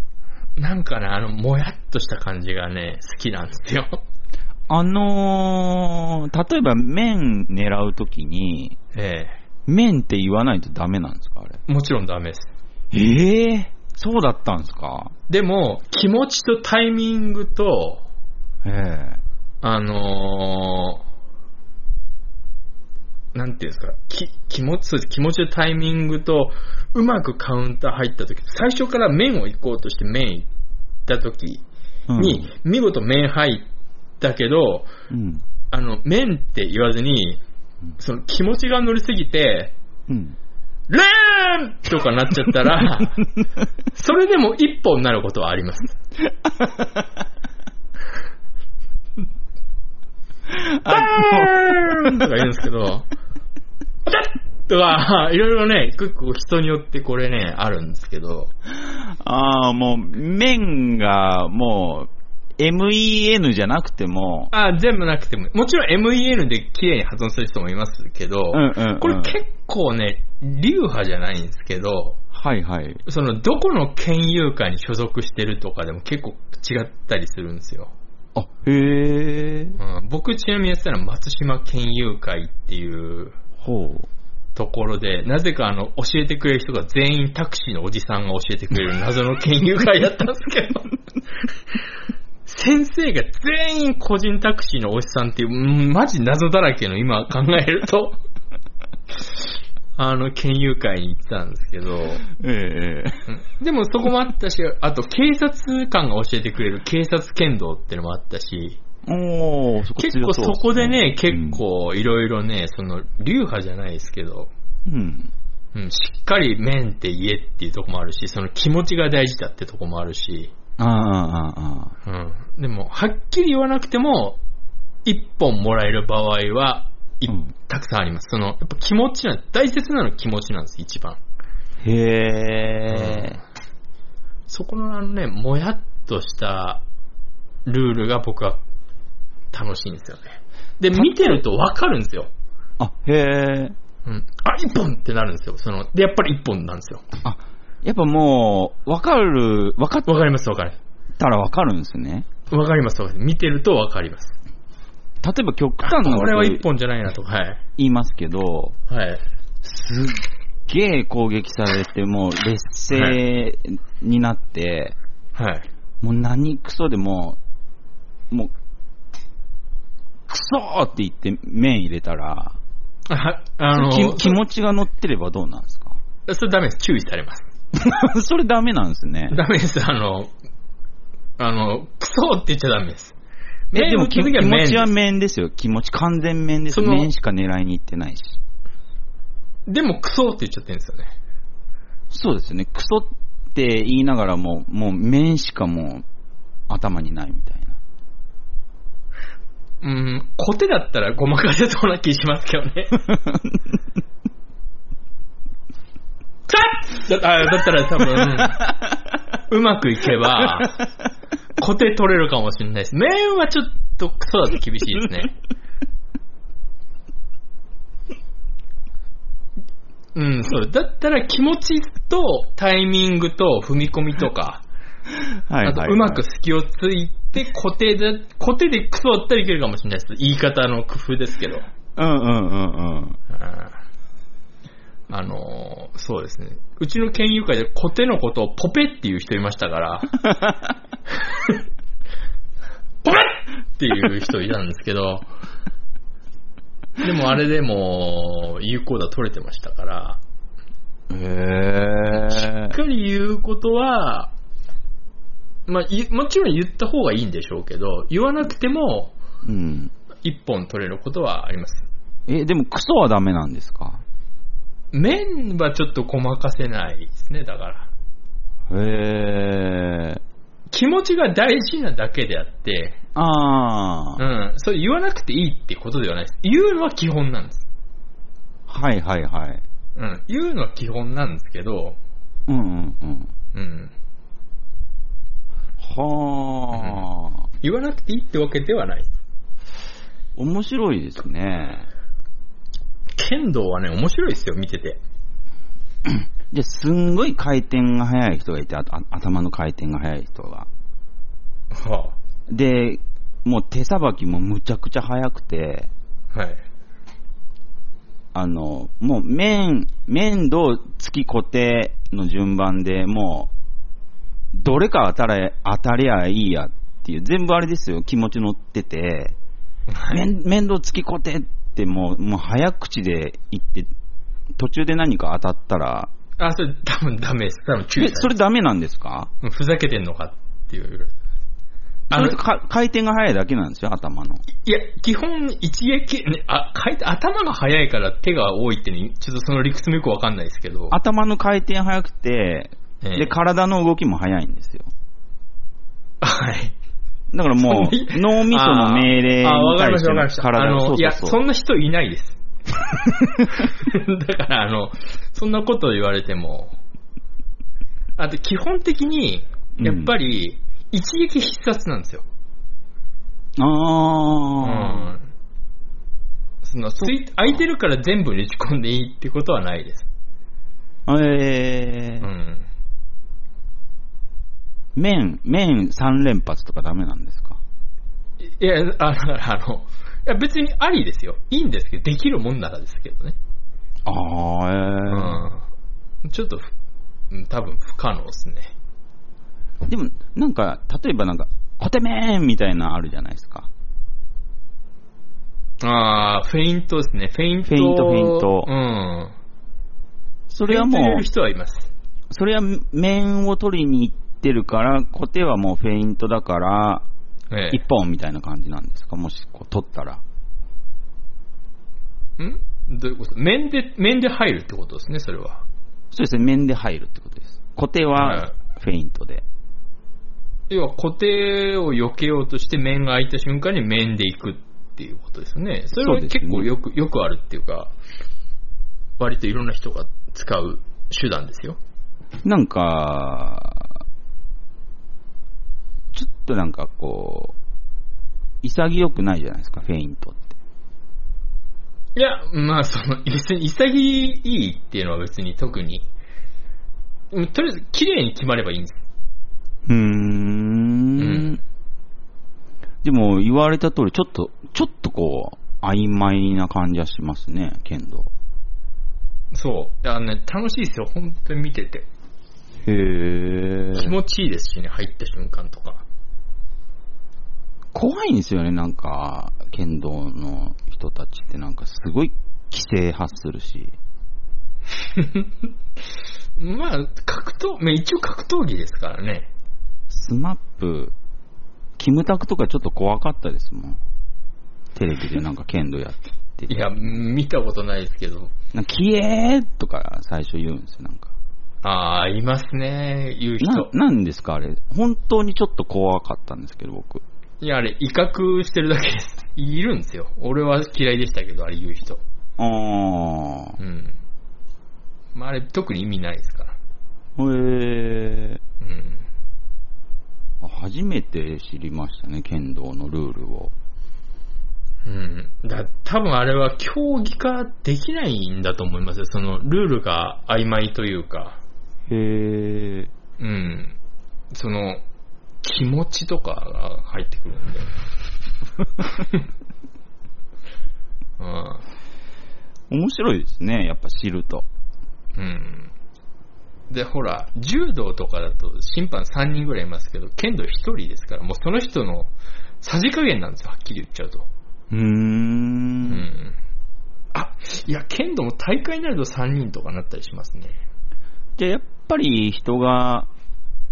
Speaker 2: なんかね、あの、もやっとした感じがね、好きなんですよ。 *laughs*
Speaker 1: あのー、例えば面狙うときに、
Speaker 2: え
Speaker 1: 面って言わないとダメなんですか、あれ。
Speaker 2: え。もちろんダメです。
Speaker 1: ええそうだったんですか
Speaker 2: でも、気持ちとタイミングと、
Speaker 1: ええ。
Speaker 2: あのーなんていうんですか、き気持ち、そうです気持ちのタイミングと、うまくカウンター入った時最初から面を行こうとして面行った時
Speaker 1: うん
Speaker 2: に、、見事面入ったけど、
Speaker 1: うん。
Speaker 2: あの、面って言わずに
Speaker 1: うん、
Speaker 2: その気持ちが乗りすぎて、
Speaker 1: *laughs* うん。
Speaker 2: レーンとかなっちゃった *laughs* ら、それでも一本になることはあります。バーンとか言うんですけど、おちゃっとか、いろいろね、結構人によってこれね、あるんですけど、
Speaker 1: ああ、もう、面が、もう、MEN じゃなくても、
Speaker 2: あ全部なくても、もちろん MEN で綺麗に破損する人もいますけど、
Speaker 1: うんうん、うん。
Speaker 2: これ結構ね、流派じゃないんですけど、
Speaker 1: はいはい。
Speaker 2: そのどこの県有会に所属してるとかでも結構違ったりするんですよ。
Speaker 1: あ、へえ。
Speaker 2: うん、僕ちなみにやってたのは松島県有会っていう
Speaker 1: ほう。
Speaker 2: ところで、なぜかあの、教えてくれる人が全員タクシーのおじさんが教えてくれる謎の研究会だったんですけど、先生が全員個人タクシーのおじさんっていう、うんマジ謎だらけの今考えると、あの、研究会に行ってたんですけど、
Speaker 1: ええええ。
Speaker 2: うんでもそこもあったし、あと警察官が教えてくれる警察剣道ってのもあったし、
Speaker 1: おー、そこ
Speaker 2: 結構
Speaker 1: 強う
Speaker 2: そ
Speaker 1: す
Speaker 2: こでね、結、構いろいろね、その流派じゃないですけど、
Speaker 1: うん。
Speaker 2: うん、しっかり面って言えっていうとこもあるし、その気持ちが大事だってとこもあるし、
Speaker 1: ああ、ああ、あ
Speaker 2: うん。でも、はっきり言わなくても、一本もらえる場合は、い
Speaker 1: うん
Speaker 2: たくさんあります。その、やっぱ気持ちな、大切なのは気持ちなんです、一番。
Speaker 1: あ。へえ。
Speaker 2: そこのあのね、もやっとしたルールが僕は楽しいんですよね。で、見てるとわかるんですよ。
Speaker 1: あ、へえ。
Speaker 2: うん。あ、一本ってなるんですよ。その、で、やっぱり一本なんですよ。
Speaker 1: あ、やっぱもう、わかる、わかっ
Speaker 2: わかります、わかる。
Speaker 1: たらわかるんですね。
Speaker 2: わかります、わかります。見てるとわかります。
Speaker 1: 例えば極端な
Speaker 2: これ
Speaker 1: こ
Speaker 2: は
Speaker 1: と
Speaker 2: 一本じゃないなとか。はい。
Speaker 1: 言いますけど、
Speaker 2: はい。
Speaker 1: すっげえ攻撃されて、もう劣勢になって、
Speaker 2: はい。
Speaker 1: もう何クソでも、もう、クソーって言って麺入れたら、
Speaker 2: あ、あの、
Speaker 1: 気気持ちが乗ってればどうなんですか
Speaker 2: そそれダメです。注意されます。
Speaker 1: *laughs* それダメなんですね。
Speaker 2: ダメです。あの、あの、クソって言っちゃダメです。
Speaker 1: えでも気
Speaker 2: 面
Speaker 1: 気
Speaker 2: の時
Speaker 1: 持ちは
Speaker 2: 面
Speaker 1: 面ですよ。気持ち完全面です。
Speaker 2: その
Speaker 1: 面しか狙いに行ってないし。
Speaker 2: でもクソって言っちゃってるんですよね。
Speaker 1: そうですよね。クソって言いながらも、もう面しかもう頭にないみたい
Speaker 2: *laughs*
Speaker 1: な。
Speaker 2: うん、コテだったらごまかせそうな気しますけどね。
Speaker 1: *laughs*
Speaker 2: さっだあだったら多分、うまくいけば、固定取れるかもしれないです。面はちょっとクソだと厳しいですね。うん、そう。だったら気持ちとタイミングと踏み込みとか、
Speaker 1: はいは
Speaker 2: あ
Speaker 1: い
Speaker 2: と
Speaker 1: はいう
Speaker 2: まく隙をついて固定で、固定でクソだったらいけるかもしれないです。言い方の工夫ですけど。
Speaker 1: うんうんうんうん。
Speaker 2: うんあのーそうですね。うちの県友会でコテのことをポペっていう人いましたから、ポペっていう人いたんですけど、でもあれでも有効打取れてましたから、
Speaker 1: へ
Speaker 2: しっかり言うことは、まあ、いもちろん言った方がいいんでしょうけど、言わなくても
Speaker 1: ー。うん。
Speaker 2: 一本取れることはあります。
Speaker 1: え、でもクソはダメなんですか
Speaker 2: 面はちょっとごまかせないですね、だから。
Speaker 1: へー。
Speaker 2: 気持ちが大事なだけであって、
Speaker 1: あ
Speaker 2: う
Speaker 1: ー。
Speaker 2: ん、それ言わなくていいってことではないです。言うのは基本なんです。
Speaker 1: はいはいはい。
Speaker 2: うん、言うのは基本なんですけど、
Speaker 1: うんうんうん。
Speaker 2: うん、
Speaker 1: は
Speaker 2: 言わなくていいってわけではないです。
Speaker 1: ー。面白いですね。
Speaker 2: 剣道はね、面白いですよ、見てて。
Speaker 1: で、すんごい回転が速い人がいて、ああ頭の回転が速い人が。
Speaker 2: は
Speaker 1: で、もう手さばきもむちゃくちゃ速くて、
Speaker 2: あ、はい。
Speaker 1: あの、もう面、面ど月固定の順番でもう、どれか当たれ、当たりゃいいやっていう、全部あれですよ、気持ち乗ってて、面、面倒月固定ってもう、もう早口で言って、途中で何か当たったら、
Speaker 2: あ、それ多分ダメです。多分注意
Speaker 1: え
Speaker 2: さ
Speaker 1: そ
Speaker 2: れ
Speaker 1: れダメなんですか
Speaker 2: るふざけてんのかっていう。あ
Speaker 1: そ
Speaker 2: の
Speaker 1: れ、か回転が速いだけなんですよ、頭の。
Speaker 2: いや、基本一撃、ね、あ、回転頭が速いから手が多いってね、ちょっとその理屈もよくわかんないですけど。
Speaker 1: 頭の回転速くて、
Speaker 2: ええ
Speaker 1: で、体の動きも速いんですよ。
Speaker 2: はい。
Speaker 1: だからもう、 *laughs* 脳みその命令に
Speaker 2: あーあーわかり
Speaker 1: 対
Speaker 2: まし
Speaker 1: して
Speaker 2: た、わかり
Speaker 1: の
Speaker 2: ま
Speaker 1: 体
Speaker 2: した。あの、
Speaker 1: そう
Speaker 2: い
Speaker 1: そ
Speaker 2: や、
Speaker 1: う
Speaker 2: そ
Speaker 1: そうん
Speaker 2: な人いない
Speaker 1: *laughs*
Speaker 2: です。だから、あの、そんなこと言われても。あと、基本的に、やっぱり、一撃必殺なんですよ。う
Speaker 1: あ
Speaker 2: ん。その、つい、空いてるから全部打ち込んでいいってことはないです。
Speaker 1: ー。え
Speaker 2: う
Speaker 1: ー、
Speaker 2: ん。
Speaker 1: 面、面3連発とかダメなんですか
Speaker 2: いや、あだから、あの、いや別にありですよ。いいんですけど、できるもんならですけどね。
Speaker 1: ああ、
Speaker 2: う
Speaker 1: え
Speaker 2: ん。ちょっと、うん多分不可能ですね。
Speaker 1: ー。でも、なんか、例えばなんか、コテメンみたいなのあるじゃないですか。
Speaker 2: ああ、フェイントですね。フェイント。
Speaker 1: フェイントフェイント
Speaker 2: うん。
Speaker 1: それは
Speaker 2: フェイント入
Speaker 1: も
Speaker 2: れ
Speaker 1: う
Speaker 2: る、人はいます。
Speaker 1: それは面を取りに行ってるから、コテはもうフェイントだから、
Speaker 2: え
Speaker 1: 一本みたいな感じなんですかもし、こう、取ったら。
Speaker 2: え。んどういうこと面で、面で入るってことですね、それは。
Speaker 1: そうですね、面で入るってことです。コテ
Speaker 2: は
Speaker 1: は、フェイントで。
Speaker 2: 要は固定を避けようとして面が開いた瞬間に面で行くっていうことですよね。それは
Speaker 1: そうですね
Speaker 2: 結構よく、よくあるっていうか、割といろんな人が使う手段ですよ。
Speaker 1: なんか、ちょっとなんかこう、潔くないじゃないですか、フェイントって。
Speaker 2: いや、まあ、その、 *laughs* 別に潔いっていうのは別に特に、うんとりあえず綺麗に決まればいいんです。
Speaker 1: うーん,、
Speaker 2: ん
Speaker 1: でも言われた通り、ちょっと、ちょっとこう、曖昧な感じはしますね、剣道。
Speaker 2: そう。あのね、楽しいですよ。本当に見てて。
Speaker 1: へー
Speaker 2: 気持ちいいですしね、入った瞬間とか。
Speaker 1: 怖いんですよね、なんか、剣道の人たちってなんかすごい規制発するし。
Speaker 2: まあ、格闘、まあ、一応格闘技ですからね。
Speaker 1: スマップ、キムタクとかちょっと怖かったですもん。テレビでなんか剣道やってて。
Speaker 2: いや、見たことないですけど。
Speaker 1: なんか、キエーとか最初言うんですよ、なんか。
Speaker 2: ああ、いますね、言う
Speaker 1: な
Speaker 2: 人。
Speaker 1: なんですか、あれ。本当にちょっと怖かったんですけど、僕。
Speaker 2: いや、あれ、威嚇してるだけです。いるんですよ。俺は嫌いでしたけど、あれ言う人。
Speaker 1: あー
Speaker 2: う。ん。まあ、あれ、特に意味ないですから。
Speaker 1: へえ。
Speaker 2: うん。
Speaker 1: あ初めて知りましたね、剣道のルールを。
Speaker 2: うん。だ多分あれは競技化できないんだと思いますよ。そのルールが曖昧というか、
Speaker 1: へえ。
Speaker 2: うん。その、気持ちとかが入ってくる *laughs* んで。うん。
Speaker 1: 面白いですね、やっぱ知ると。
Speaker 2: うん。で、ほら、柔道とかだと審判3人ぐらいいますけど、剣道1人ですから、もうその人のさじ加減なんですよ、はっきり言っちゃうと。
Speaker 1: うー。
Speaker 2: うんん。あ、いや、剣道も大会になると3人とかなったりしますね。
Speaker 1: じゃあやっぱり人が、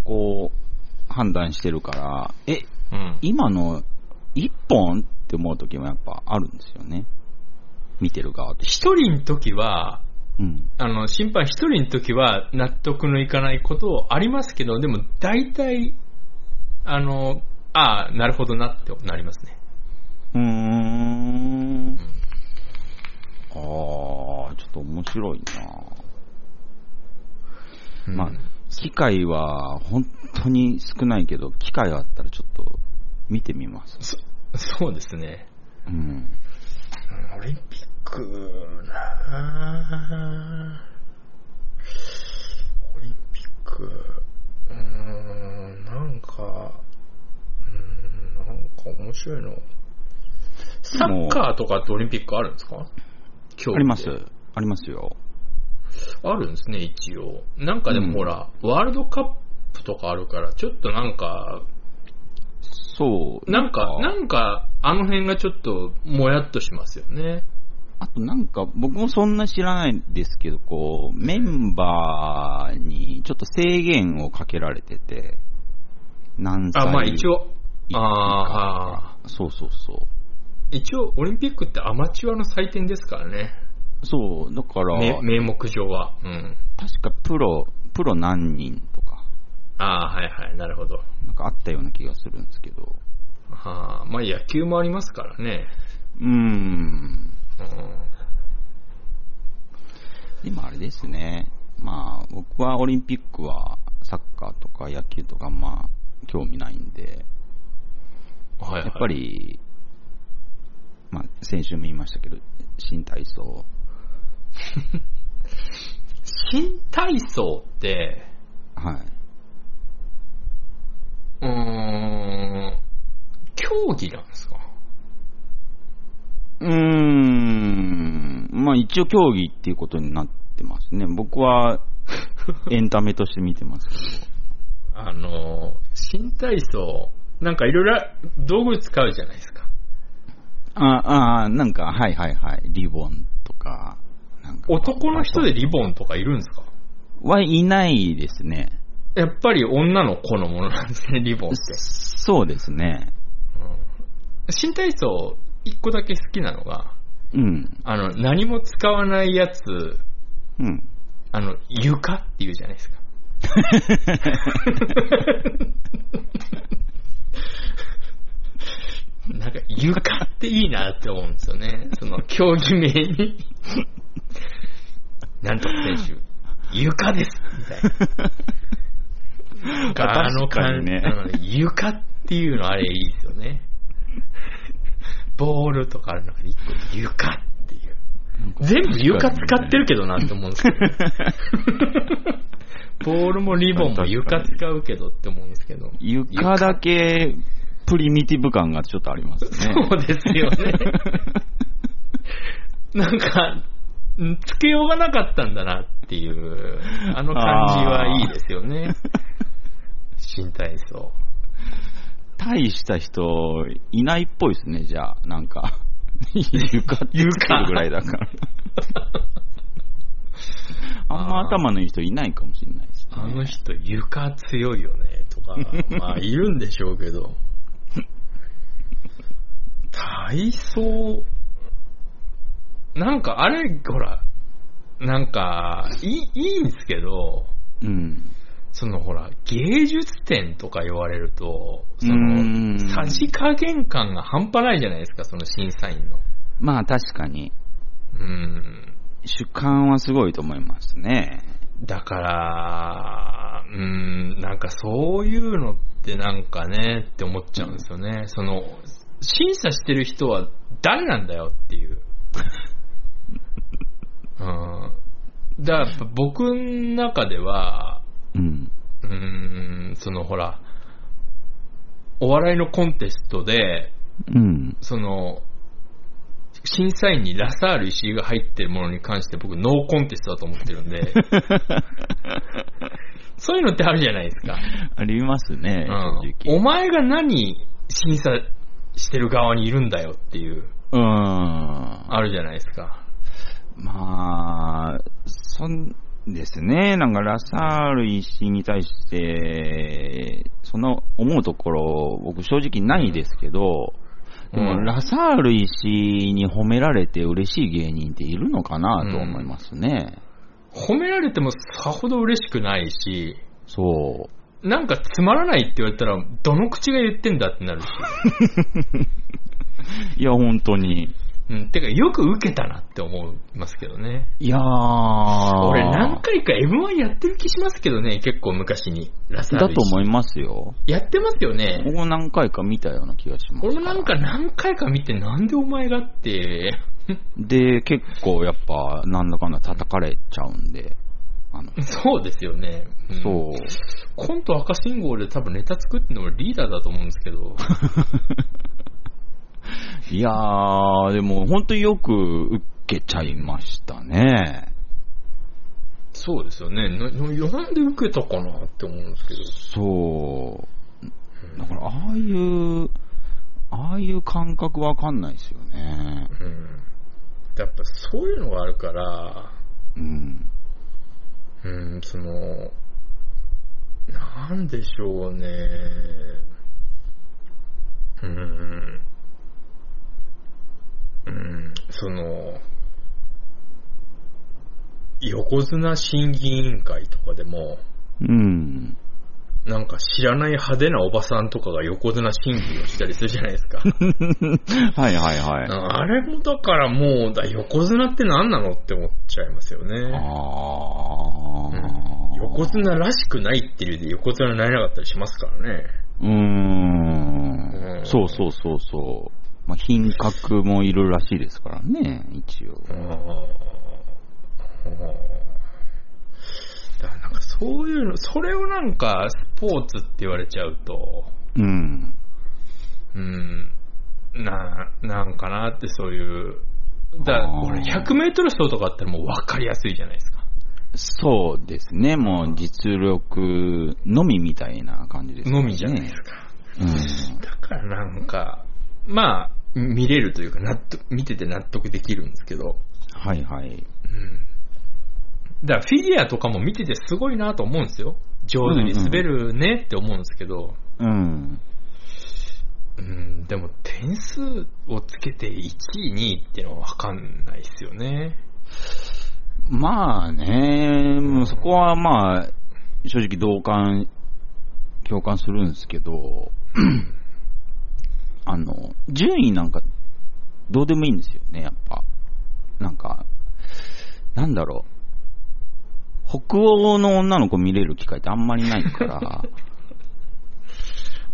Speaker 1: こう、判断してるから、え、
Speaker 2: うん。
Speaker 1: 今の一本って思う時もやっぱあるんですよね。見てる側って。
Speaker 2: 1人の時は、
Speaker 1: うん。
Speaker 2: あの、審判1人の時は納得のいかないことありますけど、でも大体、あの、ああ、なるほどなってなりますね。
Speaker 1: うーん
Speaker 2: う。ん
Speaker 1: ああ、ちょっと面白いな。
Speaker 2: うん
Speaker 1: まあ機会は本当に少ないけど、機会があったらちょっと見てみます。
Speaker 2: そそうですね。
Speaker 1: うん。
Speaker 2: うんオリンピックなぁオリンピック、うーん、なんか、うーん、なんか面白いの。サッカーとかってオリンピックあるんですか今
Speaker 1: あります。ありますよ。
Speaker 2: あるんですね、一応。なんかでもほら、ワールドカップとかあるから、ちょっとなんか、
Speaker 1: そう。
Speaker 2: なんか、なんか、あの辺がちょっと、もやっとしますよね。
Speaker 1: あとなんか、僕もそんな知らないですけど、こう、メンバーにちょっと制限をかけられてて、何歳
Speaker 2: あ、まあ一応、
Speaker 1: い
Speaker 2: ああ、ああ。
Speaker 1: そうそうそ
Speaker 2: 一応、オリンピックってアマチュアの祭典ですからね。
Speaker 1: う。そう、だから、
Speaker 2: め名目上は。うん。
Speaker 1: 確かプロ、プロ何人とか、
Speaker 2: ああ、はいはい、なるほど。
Speaker 1: なんかあったような気がするんですけど。
Speaker 2: ああまあ野球もありますからね。
Speaker 1: うーん。
Speaker 2: うん。
Speaker 1: でもあれですね。まあ、僕はオリンピックはサッカーとか野球とか、まあ、興味ないんで、
Speaker 2: はい、はい。
Speaker 1: やっぱ。り、まあ、先週も言いましたけど、新体操。
Speaker 2: 新体操って、
Speaker 1: はい。
Speaker 2: うーん、競技なんですか
Speaker 1: うーん、まあ一応競技っていうことになってますね。僕はエンタメとして見てますけど。
Speaker 2: あの、新体操、なんかいろいろ道具使うじゃないですか。
Speaker 1: ああ、なんか、はいはいはい。リボンとか、なんか。
Speaker 2: 男の人でリボンとかいるんですか
Speaker 1: はいないですね。
Speaker 2: やっぱり女の子のものなん *laughs* ですね、リボンって。
Speaker 1: そうですね。
Speaker 2: 新体操、一個だけ好きなのが、
Speaker 1: うん。
Speaker 2: あの、何も使わないやつ、
Speaker 1: うん。
Speaker 2: あの、床っていうじゃないですか。なんか、床っていいなって思うんですよね。そ *laughs* の、競技名に。なんとか選手、床ですみたいな。なんかあの感じ、
Speaker 1: 確かに
Speaker 2: うん床っていうのあれいいです
Speaker 1: *laughs*
Speaker 2: よね。ボールとかある中で一個床っていう。全部床使ってるけどなって思うんです
Speaker 1: *laughs*
Speaker 2: けど。ボールもリボンも床使うけどって思うんですけど。
Speaker 1: 床だけプリミティブ感がちょっとあります
Speaker 2: そ
Speaker 1: ね。
Speaker 2: うですよね。なんか、んつけようがなかったんだなっていう、あの感じはいいです
Speaker 1: *laughs*
Speaker 2: よね。新体操。
Speaker 1: *laughs* 大した人いないっぽいですね、じゃあ。なん
Speaker 2: *laughs*
Speaker 1: か。床ってつけるぐらいだから。あんま頭のいい人いないかもしれないですね。
Speaker 2: あの人、床強いよね、とか、まあ、いるんでしょうけど。体操、なんか、あれ、ほら、なんか、いい、いいんですけど、
Speaker 1: うん。
Speaker 2: そのほら、芸術点とか言われると、そうの、
Speaker 1: ん
Speaker 2: さじ加減感が半端ないじゃないですか、その審査員の。
Speaker 1: まあ確かに、
Speaker 2: うん。
Speaker 1: 主観はすごいと思いますね。
Speaker 2: だから、うーん、なんかそういうのっってなんかね、って思っちゃうんですよね。その、審査してる人は誰なんだよって *laughs* いう。うん。だからやっぱ僕の中では、
Speaker 1: うん。
Speaker 2: うーん、そのほら、お笑いのコンテストで、
Speaker 1: うん。
Speaker 2: その、審査員にラサール石井が入ってるものに関して僕ノーコンテストだと思ってるんで、
Speaker 1: *laughs*
Speaker 2: そういうのってあるじゃないですか。
Speaker 1: ありますね、
Speaker 2: う
Speaker 1: 正
Speaker 2: ん、
Speaker 1: 直。
Speaker 2: お前が何審査してる側にいるんだよっていう、
Speaker 1: うん。ま
Speaker 2: あるじゃないですか。
Speaker 1: あ、そんですね。なんか、ラサール石井に対して、そんな思うところ、僕正直ないですけど、でも、
Speaker 2: うん
Speaker 1: ラサール石井に褒められて嬉しい芸人っているのかなと思いますね。
Speaker 2: 褒められてもさほど嬉しくないし、
Speaker 1: そう。
Speaker 2: なんかつまらないって言われたら、どの口が言ってんだってなるし、
Speaker 1: いや、本当に。
Speaker 2: うん、てかよく受けたなって思いますけどね。
Speaker 1: いやー。俺
Speaker 2: 俺何回か M1 やってる気しますけどね、結構昔に。ラサール
Speaker 1: だと思
Speaker 2: い
Speaker 1: いますよ。
Speaker 2: やってますよね。
Speaker 1: 僕も何回か見たような気がします。
Speaker 2: 俺もなんか何回か見て、なんでお前がって、 *laughs*
Speaker 1: で、結構やっぱ、なんだかんだ叩かれちゃうんで、あの、
Speaker 2: そうですよね。うん
Speaker 1: そう。
Speaker 2: コント赤信号で多分ネタ作ってんのもリーダーだと思うんです
Speaker 1: *laughs*
Speaker 2: けど。
Speaker 1: いやー、でも本当によく受けちゃいましたね。
Speaker 2: そうですよね。なななんで受けたかなって思うんですけど。
Speaker 1: そう。だから、ああいう、ああいう感覚わかんないですよね。
Speaker 2: うん。やっぱそういうのがあるから、
Speaker 1: うん。
Speaker 2: うん、その、なんでしょうね。うん。うん、その、横綱審議委員会とかでも、
Speaker 1: うん。
Speaker 2: なんか知らない派手なおばさんとかが横綱審議をしたりするじゃないですか。
Speaker 1: はいはいはい。
Speaker 2: あれもだからもう、だ横綱って何なのって思っちゃいますよね。
Speaker 1: あー
Speaker 2: うん、横綱らしくないっていう理由で横綱になれなかったりしますからね。
Speaker 1: うー
Speaker 2: う
Speaker 1: ん。
Speaker 2: ん
Speaker 1: そうそうそうそう。まあ、品格もいるらしいですからね、一応。
Speaker 2: うんだからなんかそういうの、それをなんかスポーツって言われちゃうと、
Speaker 1: うん。
Speaker 2: うん、な、なんかなってそういう、だ
Speaker 1: あー
Speaker 2: 俺100メートル走とかだったらもう分かりやすいじゃないですか。
Speaker 1: そうですね、もう実力のみみたいな感じですね。
Speaker 2: のみじゃないですか。
Speaker 1: うん。
Speaker 2: だからなんか、まあ、見れるというか、納得、見てて納得できるんですけど、
Speaker 1: はいはい。
Speaker 2: うん。だからフィギュアとかも見ててすごいなと思うんですよ。上手に滑るねって思うんですけど、
Speaker 1: うん。
Speaker 2: うん、でも点数をつけて1位、2位っていうのはわかんないですよね。
Speaker 1: まあね、もうそこはまあ、正直同感、共感するんですけど、 *clears throat* あの、順位なんか、どうでもいいんですよね、やっぱ。なんか、なんだろう。北欧の女の子見れる機会ってあんまりないから、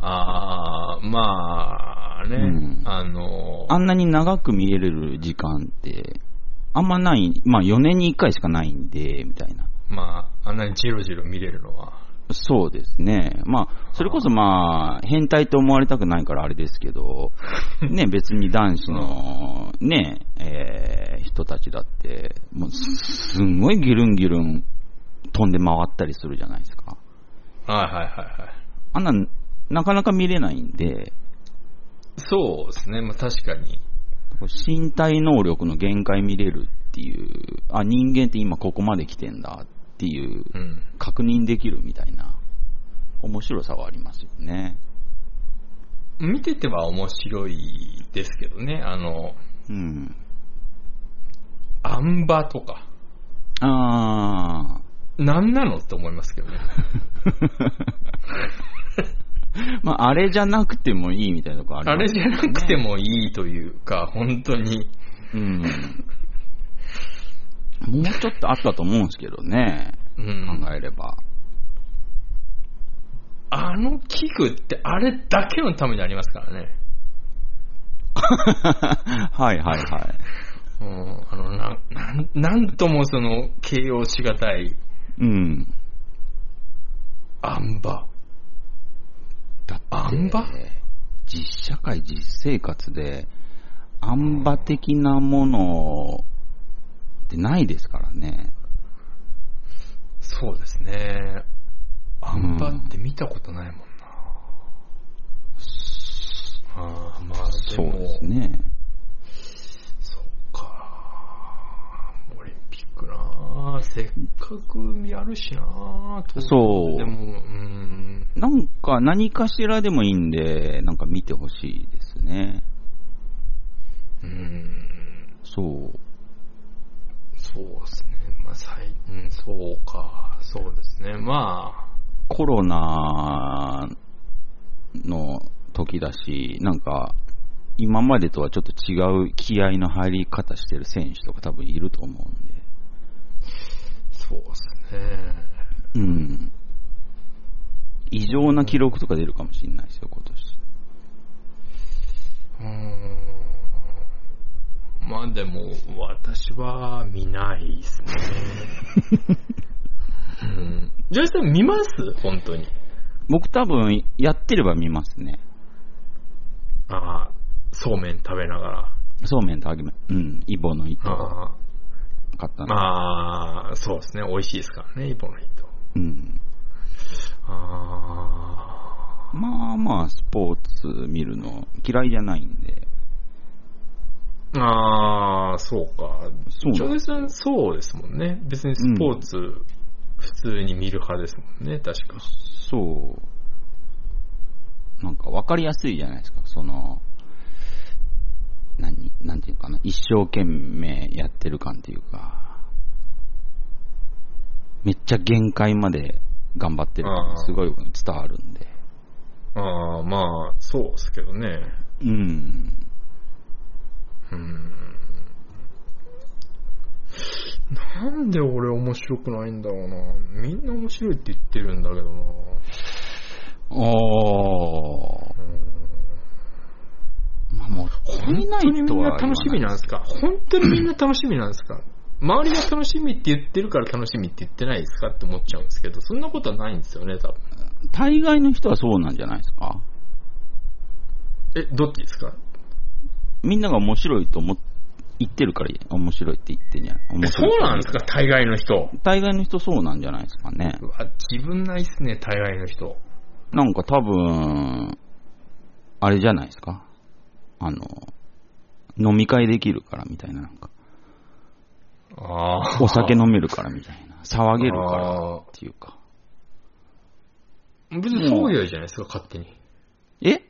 Speaker 2: あー、まあね、
Speaker 1: うん
Speaker 2: あの、
Speaker 1: あんなに長く見れる時間って、あんまない、まあ4年に1回しかないんで、みたいな。
Speaker 2: まあ、あんなにジロジロ見れるのは。
Speaker 1: そうですね。まあ、それこそまあ、変態と思われたくないからあれですけど、ね、別に男子の、ね、えー人たちだって、もう、すすんごいギルンギルン飛んで回ったりするじゃないですか。
Speaker 2: はいはいはいはい。
Speaker 1: あんな、なかなか見れないんで、
Speaker 2: そうですね、まあ確かに。
Speaker 1: 身体能力の限界見れるっていう、あ、人間って今ここまで来てんだっていう、
Speaker 2: うん。
Speaker 1: 確認できるみたいな、面白さはありますよね。
Speaker 2: 見てては面白いですけどね、あの、
Speaker 1: うん。
Speaker 2: アンバとか、
Speaker 1: ああ。
Speaker 2: なんなのって思いますけどね。
Speaker 1: まあ、あれじゃなくてもいいみたいなとこあり
Speaker 2: あ
Speaker 1: ま
Speaker 2: れ
Speaker 1: す
Speaker 2: じ
Speaker 1: よ
Speaker 2: ゃ
Speaker 1: ね
Speaker 2: なくて。もいいというか、本当に。
Speaker 1: うん。もうちょっとあったと思うんですけどね。
Speaker 2: うん、
Speaker 1: 考えれば。
Speaker 2: ああの器具ってあれだけのためにありますからね。
Speaker 1: *laughs* はいはいはい。
Speaker 2: うん、あの、なん、なん、なんともその、形容しがたい、
Speaker 1: うん。
Speaker 2: あんば。
Speaker 1: だって、
Speaker 2: あんば
Speaker 1: 実社会、実生活で、あんば的なものってないですからね。
Speaker 2: そうですね。あんばって見たことないもんな。ああ、まあ、で
Speaker 1: そう
Speaker 2: も、
Speaker 1: ですね。
Speaker 2: そうか。オリンピックなあせっかくやるしなあ
Speaker 1: そう
Speaker 2: でも、うん。
Speaker 1: なんか何かしらでもいいんで、なんか見てほしいですね。
Speaker 2: うん。
Speaker 1: そう。
Speaker 2: そうですね。まあ、最、うん、そうか。そうですね。ま
Speaker 1: コロナの時だし、なんか、今までとはちょっと違う気合の入り方してる選手とか多分いると思うんで。
Speaker 2: あ、そうですね。
Speaker 1: うん。異常な記録とか出るかもしれないですよ、今年。
Speaker 2: うーん。まあでも、私は見ないですね。 *laughs* うん。ジョイさん見ます本当に。
Speaker 1: 僕多分、やってれば見ますね。
Speaker 2: ああ、そうめん食べながら。
Speaker 1: そうめんと揚げ麺。うん、イボの糸を
Speaker 2: あ
Speaker 1: 買った
Speaker 2: あ、
Speaker 1: の。
Speaker 2: まあ、そうですね。美味しいですからね、イボの人。
Speaker 1: うん。
Speaker 2: ああ、
Speaker 1: まあまあ、スポーツ見るの嫌いじゃないんで。
Speaker 2: ああ、そうか。
Speaker 1: そう
Speaker 2: ジ
Speaker 1: なん
Speaker 2: ョ
Speaker 1: で
Speaker 2: イ
Speaker 1: す
Speaker 2: さん、そうですもんね。別にスポーツ、普通に見る派ですもんね、確か。
Speaker 1: そう。なんか分かりやすいじゃないですか、その、何、なんていうかな、一生懸命やってる感っていうか、めっちゃ限界まで頑張ってる感がすごい伝わるんで。
Speaker 2: ああ、まあ、そうですけどね。
Speaker 1: うん。
Speaker 2: うーんなんで俺面白くないんだろうな。みんな面白いって言ってるんだけどな。
Speaker 1: おー。
Speaker 2: う
Speaker 1: まあ、もう、
Speaker 2: ーん本当にみんな楽しみなんですか本当にみんな楽しみなんですか周りが楽しみって言ってるから楽しみって言ってないですかって思っちゃうんですけど、そんなことはないんですよね、多分。
Speaker 1: 大概の人はそうなんじゃないですか
Speaker 2: え、どっちですか
Speaker 1: みんなが面白いと思っ言ってるから面白いって言ってんじゃない
Speaker 2: え
Speaker 1: 面
Speaker 2: そう
Speaker 1: 白い
Speaker 2: なんですか大概の人。
Speaker 1: 大概の人そうなんじゃないですかね
Speaker 2: う。わ、自分ないっすね、大概の人。
Speaker 1: なんか多分、あれじゃないですか。あの、飲み会できるからみたいな、なんか。
Speaker 2: あ
Speaker 1: お酒飲めるからみたいな。騒げるからっていうか。
Speaker 2: 別にそういうじゃないですか、勝手に。
Speaker 1: え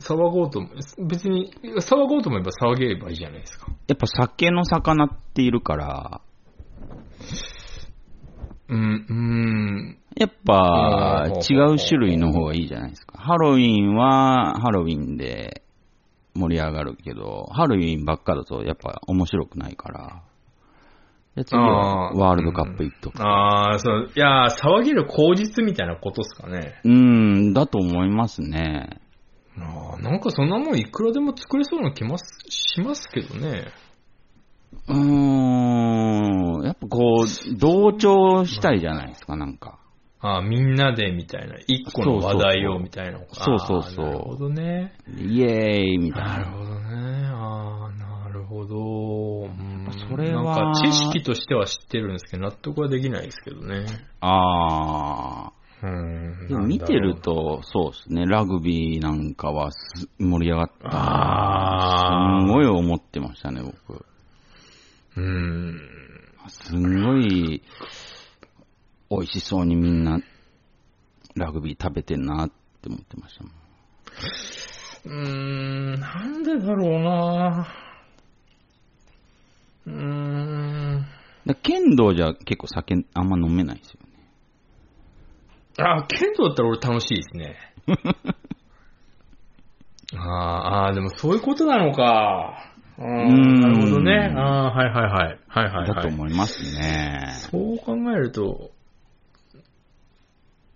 Speaker 2: 騒ごうとも、別に、騒ごうと思えば騒げればいいじゃないですか。
Speaker 1: やっぱ酒の魚っているから、
Speaker 2: うん、うん。
Speaker 1: やっぱ
Speaker 2: うん
Speaker 1: 違う種類の方がいいじゃないですか。ハロウィンはハロウィンで盛り上がるけど、ハロウィンばっかだとやっぱ面白くないから。で次は
Speaker 2: あー
Speaker 1: ワールドカップ行っとく
Speaker 2: ああ、そう、いやー、騒げる口実みたいなことっすかね。
Speaker 1: うん、だと思いますね。
Speaker 2: あーなんかそんなもんいくらでも作れそうな気もすしますけどね。
Speaker 1: うーん、やっぱこう、同調したいじゃないですか、なんか。
Speaker 2: ああ、みんなでみたいな、一個の話題をみたいな。
Speaker 1: そうそうそう
Speaker 2: あーなるほどね。
Speaker 1: イエーイみたい
Speaker 2: なる
Speaker 1: な。
Speaker 2: ほどね。ああ、なるほど。うん
Speaker 1: それは
Speaker 2: なんか知識としては知ってるんですけど、納得はできないですけどね。
Speaker 1: ああ。
Speaker 2: うん。
Speaker 1: でも見てると、そうですね、ラグビーなんかはす盛り上がった。
Speaker 2: あー
Speaker 1: すんごい思ってましたね、僕。
Speaker 2: うん。
Speaker 1: すんごい、美味しそうにみんな、ラグビー食べてんなって思ってましたもん。
Speaker 2: うーん、なんでだろうなうーん。
Speaker 1: で剣道じゃ結構酒あんま飲めないですよね。
Speaker 2: あ、剣道だったら俺楽しいです
Speaker 1: *laughs*
Speaker 2: ね。あーあー、でもそういうことなのか。うー
Speaker 1: うーん
Speaker 2: んなるほどね。ああー、はいはいはい。はいはい、はい。
Speaker 1: だと思いますね。
Speaker 2: そう考えると、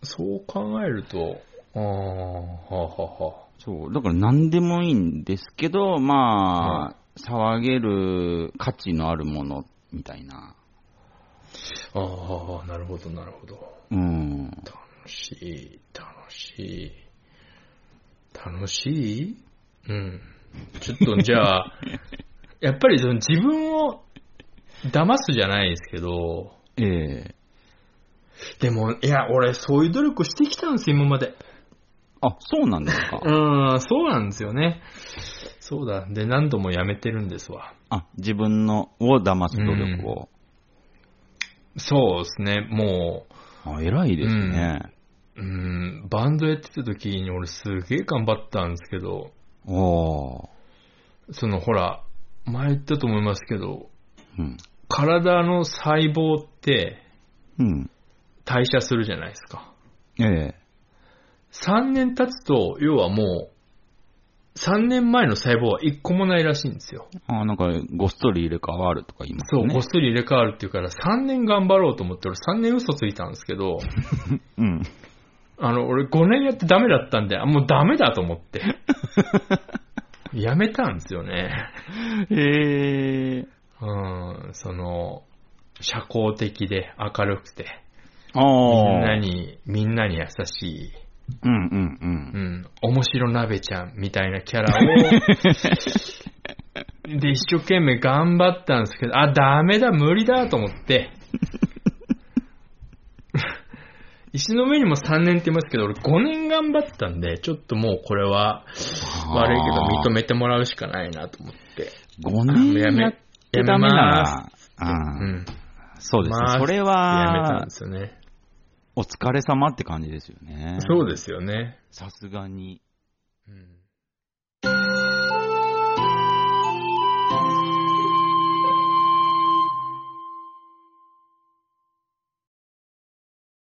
Speaker 2: そう考えると、ああ、はあはあはあ。
Speaker 1: そう、だから何でもいいんですけど、まあ、騒げる価値のあるものみたいな。
Speaker 2: ああ、なるほど、なるほど。
Speaker 1: うん。
Speaker 2: 楽しい、楽しい。楽しいうん。ちょっとじゃ *laughs* あ、やっぱりその自分を騙すじゃないですけど、
Speaker 1: ええ
Speaker 2: でも、いや、俺そういう努力してきたんですよ、今まで。
Speaker 1: あ、そうなんです
Speaker 2: *laughs*
Speaker 1: か。
Speaker 2: うん、そうなんですよね。そうだ。で、何度もやめてるんですわ。
Speaker 1: あ、自分のを騙す努力を。
Speaker 2: そうですね、もう、
Speaker 1: あ、偉いですね。
Speaker 2: うん、バンドやってた時に俺すげえ頑張ったんですけど、
Speaker 1: おー。
Speaker 2: そのほら、前言ったと思いますけど、
Speaker 1: うん。
Speaker 2: 体の細胞って
Speaker 1: うん。
Speaker 2: 代謝するじゃないですか。
Speaker 1: ええ
Speaker 2: 3年経つと、要はもう、3年前の細胞は1個もないらしいんですよ。
Speaker 1: あ、なんか、ごっそり入れ替わるとか言います
Speaker 2: そう、
Speaker 1: ね。
Speaker 2: ごっそり入れ替わるっていうから、3年頑張ろうと思って、俺3年嘘ついたんですけど、 *laughs*
Speaker 1: うん。
Speaker 2: あの、俺5年やってダメだったんで、あもうダメだと思って。やめたんですよね。
Speaker 1: へえ。
Speaker 2: うん、その、社交的で明るくて、
Speaker 1: ああ。
Speaker 2: みんなに、みんなに優しい、
Speaker 1: うんうんう。
Speaker 2: うんん、面白鍋ちゃんみたいなキャラ
Speaker 1: *laughs*
Speaker 2: を、で、一生懸命頑張ったんですけど、あ、ダメだ、無理だと思
Speaker 1: *laughs*
Speaker 2: って、石の上にも3年って言いますけど、俺5年頑張ったんで、ちょっともうこれは悪いけど認めてもらうしかないなと思って。
Speaker 1: 5年やってダメなら、
Speaker 2: う
Speaker 1: あー
Speaker 2: ん。
Speaker 1: そうですね
Speaker 2: ま。あ
Speaker 1: それ
Speaker 2: やめたん
Speaker 1: は
Speaker 2: で、すよね。
Speaker 1: お疲れ様って感じですよね。
Speaker 2: そうですよね。
Speaker 1: さすがに。
Speaker 2: うん